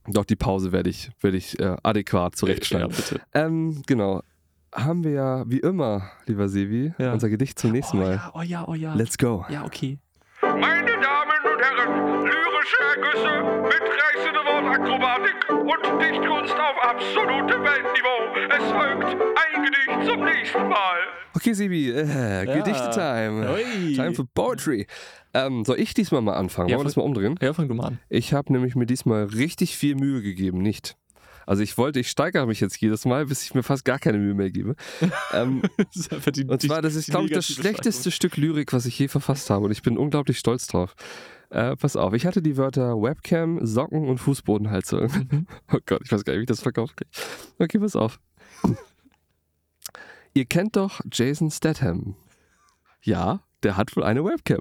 S1: doch, die Pause werde ich, werde ich äh, adäquat
S2: Ja,
S1: zurechtschneiden.
S2: bitte.
S1: Ähm, genau. haben wir ja, wie immer, lieber Sevi,
S2: Ja.
S1: unser Gedicht zum nächsten
S2: Oh
S1: Mal.
S2: ja, oh ja, oh ja.
S1: Let's go.
S2: ja, okay.
S5: Meine Damen und Herren, lyrische Ergüsse, mitreißende Wortakrobatik und Dichtkunst auf absolutem Weltniveau. Es folgt ein Gedicht zum nächsten Mal.
S1: Okay, Sebi, äh, Gedichte-Time.
S2: Ui.
S1: Time for Poetry. Ähm, soll ich diesmal mal anfangen?
S2: Ja,
S1: Wollen wir das
S2: voll-
S1: mal umdrehen?
S2: Ja, fang du mal an. [laughs]
S1: Ich habe nämlich mir diesmal richtig viel Mühe gegeben, nicht. Also ich wollte, ich steigere mich jetzt jedes Mal, bis ich mir fast gar keine Mühe mehr
S2: [laughs]
S1: gebe. ähm,
S2: Das ist einfach die-
S1: und
S2: die-
S1: zwar, das ist,
S2: die
S1: glaube ich, das
S2: negative
S1: schlechteste Stück Lyrik, was ich je verfasst habe. Und ich bin unglaublich stolz drauf. Äh, pass auf, ich hatte die Wörter Webcam, Socken und Fußbodenheizung.
S2: Mhm.
S1: [laughs] Oh Gott, ich weiß gar nicht, wie ich das verkauft kriege. Okay, pass auf. Ihr kennt doch Jason Statham. Ja, der hat wohl eine
S2: [laughs]
S1: Webcam.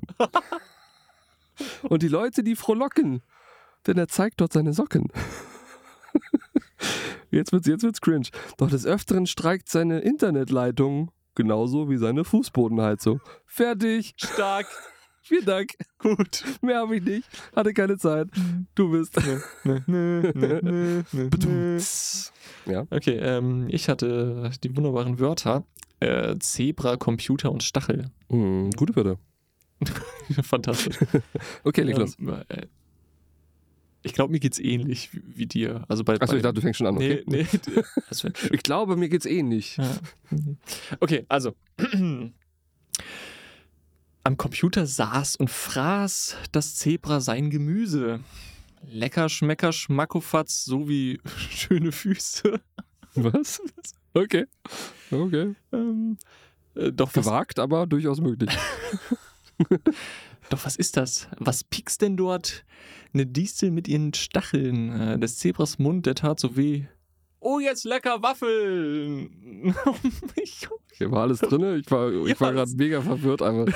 S1: Und die Leute, die frohlocken, denn er zeigt dort seine Socken. Jetzt wird's, jetzt wird's cringe. Doch des Öfteren streikt seine Internetleitung, genauso wie seine Fußbodenheizung. Fertig.
S2: Beschreibung. Stark.
S1: [laughs] Vielen Dank.
S2: Gut.
S1: Mehr habe ich nicht. Hatte keine Zeit. Du bist.
S2: Nö, [laughs] nö, nö, nö, nö, nö.
S1: Ja.
S2: Okay, ähm, ich hatte die wunderbaren Wörter äh, Zebra, Computer und Stachel. [laughs]
S1: Hm, gute Wörter.
S2: Fantastisch.
S1: Okay, leg los.
S2: Ähm, äh, ich glaube, mir geht's ähnlich wie, wie dir. Also bei,
S1: Achso,
S2: bei
S1: ich dachte, du fängst schon an. Okay.
S2: Nee, nee. [laughs] Das wär schön.
S1: Ich glaube, mir geht's eh nicht.
S2: Ja. Okay, also. [clears throat] Am Computer saß und fraß das Zebra sein Gemüse. Lecker, Schmecker, Schmackofatz sowie [laughs] schöne Füße.
S1: Was? Okay. Okay.
S2: Ähm, äh, doch, was,
S1: Gewagt, aber durchaus möglich.
S2: doch was ist das? Was piekst denn dort? Eine Distel mit ihren Stacheln. Äh, des Zebras Mund, der tat so weh. Oh, jetzt lecker Waffeln! [laughs] Oh ich,
S1: Hier war alles drin. Ich war, ich
S2: Ja,
S1: war
S2: das-
S1: gerade mega verwirrt
S2: [laughs]
S1: einfach.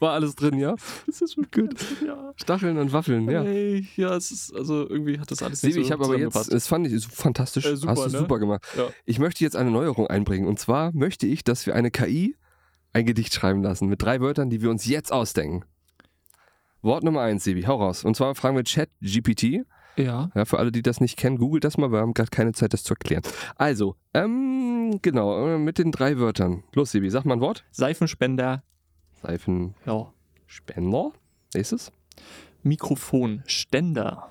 S1: War alles drin, ja?
S2: das ist schon gut. Ja.
S1: Stacheln und Waffeln, ja.
S2: Ey, ja, es ist, also irgendwie hat das alles
S1: Sebi, ich habe aber jetzt,
S2: zusammengepasst.
S1: das fand ich so fantastisch,
S2: Äh, super,
S1: hast du
S2: ne?
S1: super gemacht.
S2: Ja.
S1: Ich möchte jetzt eine Neuerung einbringen und zwar möchte ich, dass wir eine KI ein Gedicht schreiben lassen mit drei Wörtern, die wir uns jetzt ausdenken. Wort Nummer eins, Sebi, hau raus. Und zwar fragen wir Chat GPT.
S2: Ja.
S1: Ja, für alle, die das nicht kennen, googelt das mal, wir haben gerade keine Zeit, das zu erklären. Also, ähm, genau, äh, mit den drei Wörtern. Los, Sebi, sag mal ein Wort.
S2: Seifenspender,
S1: Seifenspender.
S2: ja.
S1: Nächstes.
S2: Mikrofon, Ständer.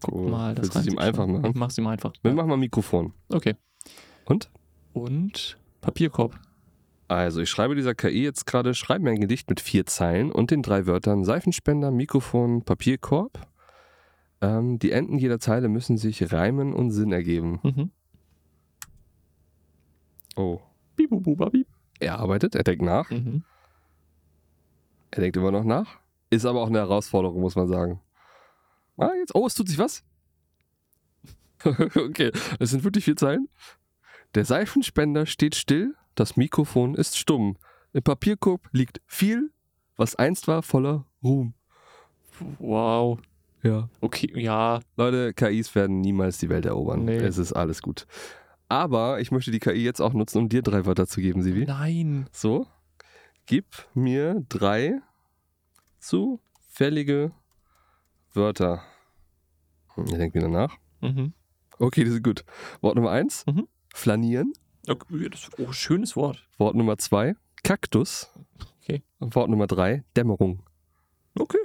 S2: Guck
S1: Oh,
S2: mal, das
S1: willst du es
S2: reimt
S1: ihm
S2: sich
S1: einfach
S2: schon. Ich
S1: machen?
S2: mach's ihm einfach.
S1: Wir machen mal Mikrofon.
S2: Okay.
S1: Und?
S2: Und Papierkorb.
S1: Also, ich schreibe dieser KI jetzt gerade, schreib mir ein Gedicht mit vier Zeilen und den drei Wörtern Seifenspender, Mikrofon, Papierkorb. Ähm, die Enden jeder Zeile müssen sich reimen und Sinn ergeben.
S2: Mhm.
S1: Oh.
S2: Bibububabib.
S1: Er arbeitet, er denkt nach,
S2: Mhm.
S1: er denkt immer noch nach. Ist aber auch eine Herausforderung, muss man sagen. Ah, jetzt. Oh, es tut sich was. [laughs] okay, das sind wirklich vier Zeilen. Der Seifenspender steht still, das Mikrofon ist stumm. Im Papierkorb liegt viel, was einst war voller Ruhm.
S2: Wow.
S1: Ja.
S2: Okay, ja.
S1: Leute, KIs werden niemals die Welt erobern.
S2: Nee.
S1: Es ist alles gut. Aber ich möchte die KI jetzt auch nutzen, um dir drei Wörter zu geben, Sivi.
S2: Nein.
S1: So, gib mir drei zufällige Wörter. Hm, Ich denke wieder nach.
S2: Mhm.
S1: Okay, das ist gut. Wort Nummer eins,
S2: Mhm.
S1: flanieren.
S2: Okay, das, oh, schönes Wort.
S1: Wort Nummer zwei, Kaktus.
S2: Okay.
S1: Und Wort Nummer drei, Dämmerung.
S2: Okay.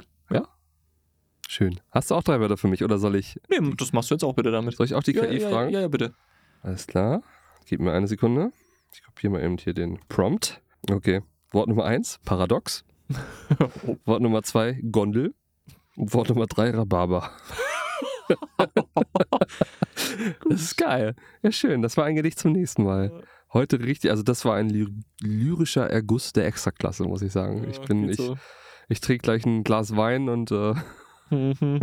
S1: Schön. Hast du auch drei Wörter für mich oder soll ich,
S2: Nee, das machst du jetzt auch bitte damit.
S1: soll ich auch die
S2: ja,
S1: KI
S2: ja,
S1: fragen?
S2: Ja, ja, bitte.
S1: Alles klar. Gib mir eine Sekunde. Ich kopiere mal eben hier den Prompt. Okay. Wort Nummer eins
S2: [laughs]
S1: Paradox.
S2: Oh.
S1: Wort Nummer zwei Gondel. Und Wort Nummer drei
S2: [laughs]
S1: Rhabarber. das ist geil. Ja, schön. Das war ein Gedicht zum nächsten Mal. Heute richtig, also das war ein ly lyrischer Erguss der Extraklasse, muss ich sagen. Ich
S2: Ja,
S1: bin,
S2: geht
S1: ich,
S2: so.
S1: ich trinke gleich ein Glas Wein und äh, [laughs]
S2: Mhm.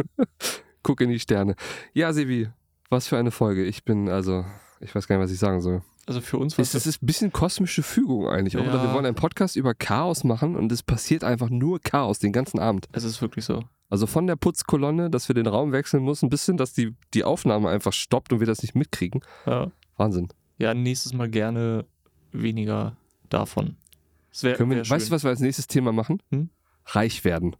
S1: gucke in die Sterne. Ja, Sevi, was für eine Folge. Ich bin, also, ich weiß gar nicht, was ich sagen soll.
S2: Also für uns war
S1: Es ist ein bisschen kosmische Fügung eigentlich, oder?
S2: Ja.
S1: Wir wollen einen Podcast über Chaos machen und es passiert einfach nur Chaos den ganzen Abend.
S2: es ist wirklich so.
S1: Also von der Putzkolonne, dass wir den Raum wechseln müssen, bis hin, dass die, die Aufnahme einfach stoppt und wir das nicht mitkriegen.
S2: Ja.
S1: Wahnsinn.
S2: ja, nächstes Mal gerne weniger davon. Das wär,
S1: Können wir,
S2: wär
S1: weißt du,
S2: schön.
S1: was wir als nächstes Thema machen?
S2: Hm?
S1: Reich werden.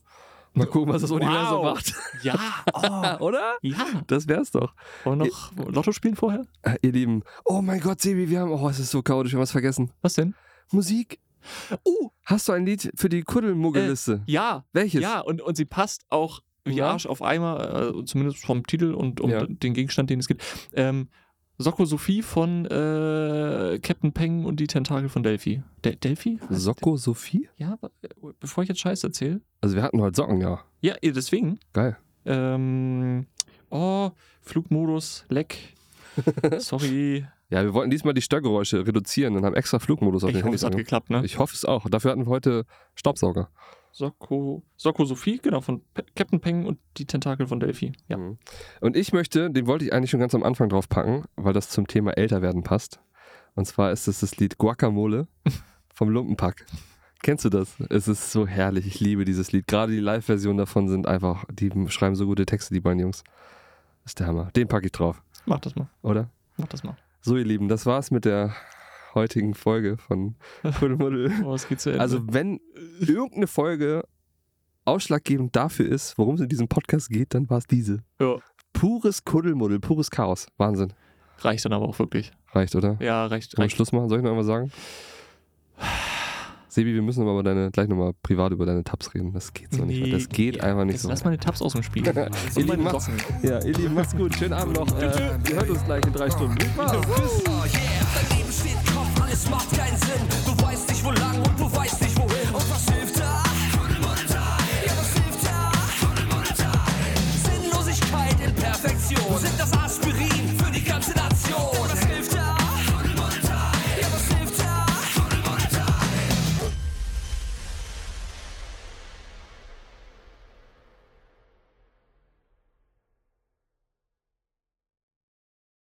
S1: Mal gucken, was das Universum macht. [laughs]
S2: Ja, [laughs] oh,
S1: Oder?
S2: ja.
S1: Das wär's doch.
S2: Wollen wir noch Lotto spielen vorher?
S1: Äh, Ihr Lieben. Oh mein Gott, Sebi, wir haben. Oh, es ist so chaotisch, wir haben was vergessen.
S2: Was denn?
S1: Musik.
S2: Oh,
S1: Hast du ein Lied für die Kuddelmuggelliste?
S2: ja,
S1: Welches?
S2: Äh, ja, und, und sie passt auch wie
S1: Ja.
S2: Arsch auf Eimer, äh, zumindest vom Titel und um
S1: Ja.
S2: den Gegenstand, den es gibt. Ähm, Socko Sophie von äh, Captain Peng und die Tentakel von Delphi. De Delphi?
S1: Socko Sophie?
S2: Ja, wa- äh, bevor ich jetzt Scheiß erzähle.
S1: Also, wir hatten heute Socken, ja.
S2: Ja, eh, deswegen.
S1: Geil.
S2: Ähm, oh, Flugmodus,
S1: [laughs]
S2: Leck. Sorry.
S1: Ja, wir wollten diesmal die Störgeräusche reduzieren und haben extra Flugmodus auf
S2: ich
S1: den
S2: hoffe,
S1: Handys
S2: es hat
S1: angemacht.
S2: geklappt, ne?
S1: Ich hoffe es auch. Dafür hatten wir heute Staubsauger.
S2: Socko, Socko Sophie, genau, von Pe Captain Peng und die Tentakel von Delphi. Ja.
S1: Mhm. Und ich möchte, den wollte ich eigentlich schon ganz am Anfang drauf packen, weil das zum Thema Älterwerden passt. Und zwar ist es das Lied Guacamole vom Lumpenpack. Kennst du das? Es ist so herrlich. Ich liebe dieses Lied. Gerade die Live-Version davon sind einfach, die schreiben so gute Texte, die beiden Jungs. Ist der Hammer. Den packe ich drauf,
S2: Mach das mal.
S1: oder?
S2: Mach das mal.
S1: So, ihr Lieben, das war's mit der heutigen Folge von
S2: [laughs]
S1: Kuddelmuddel.
S2: Oh, es geht zu Ende.
S1: Also, wenn irgendeine Folge ausschlaggebend dafür ist, worum es in diesem Podcast geht, dann war es diese.
S2: Ja.
S1: Pures Kuddelmuddel, pures Chaos. Wahnsinn.
S2: reicht dann aber auch wirklich.
S1: Reicht, oder?
S2: Ja, reicht.
S1: Wollen wir
S2: reicht.
S1: Schluss machen? Soll ich noch irgendwas sagen? Sebi, wir müssen aber über deine, gleich nochmal privat über deine Tabs reden. Das geht so nicht.
S2: Nee.
S1: weiter. Das geht einfach nicht
S2: Jetzt
S1: so.
S2: lass meine Tabs aus dem Spiel.
S1: Ihr
S2: Und
S1: Lieben,
S2: meine
S1: macht's,
S2: Socken.
S1: ja, ihr Lieben, macht's gut. Schönen Abend noch. Äh, ihr hört uns gleich in drei Stunden. Viel Spaß.
S3: Oh yeah, dein Leben steht Kopf, alles macht keinen Sinn. Du weißt nicht wo lang und du weißt nicht wohin. Und was hilft da? Ja, was hilft da? Sinnlosigkeit in Perfektion. Sind das alles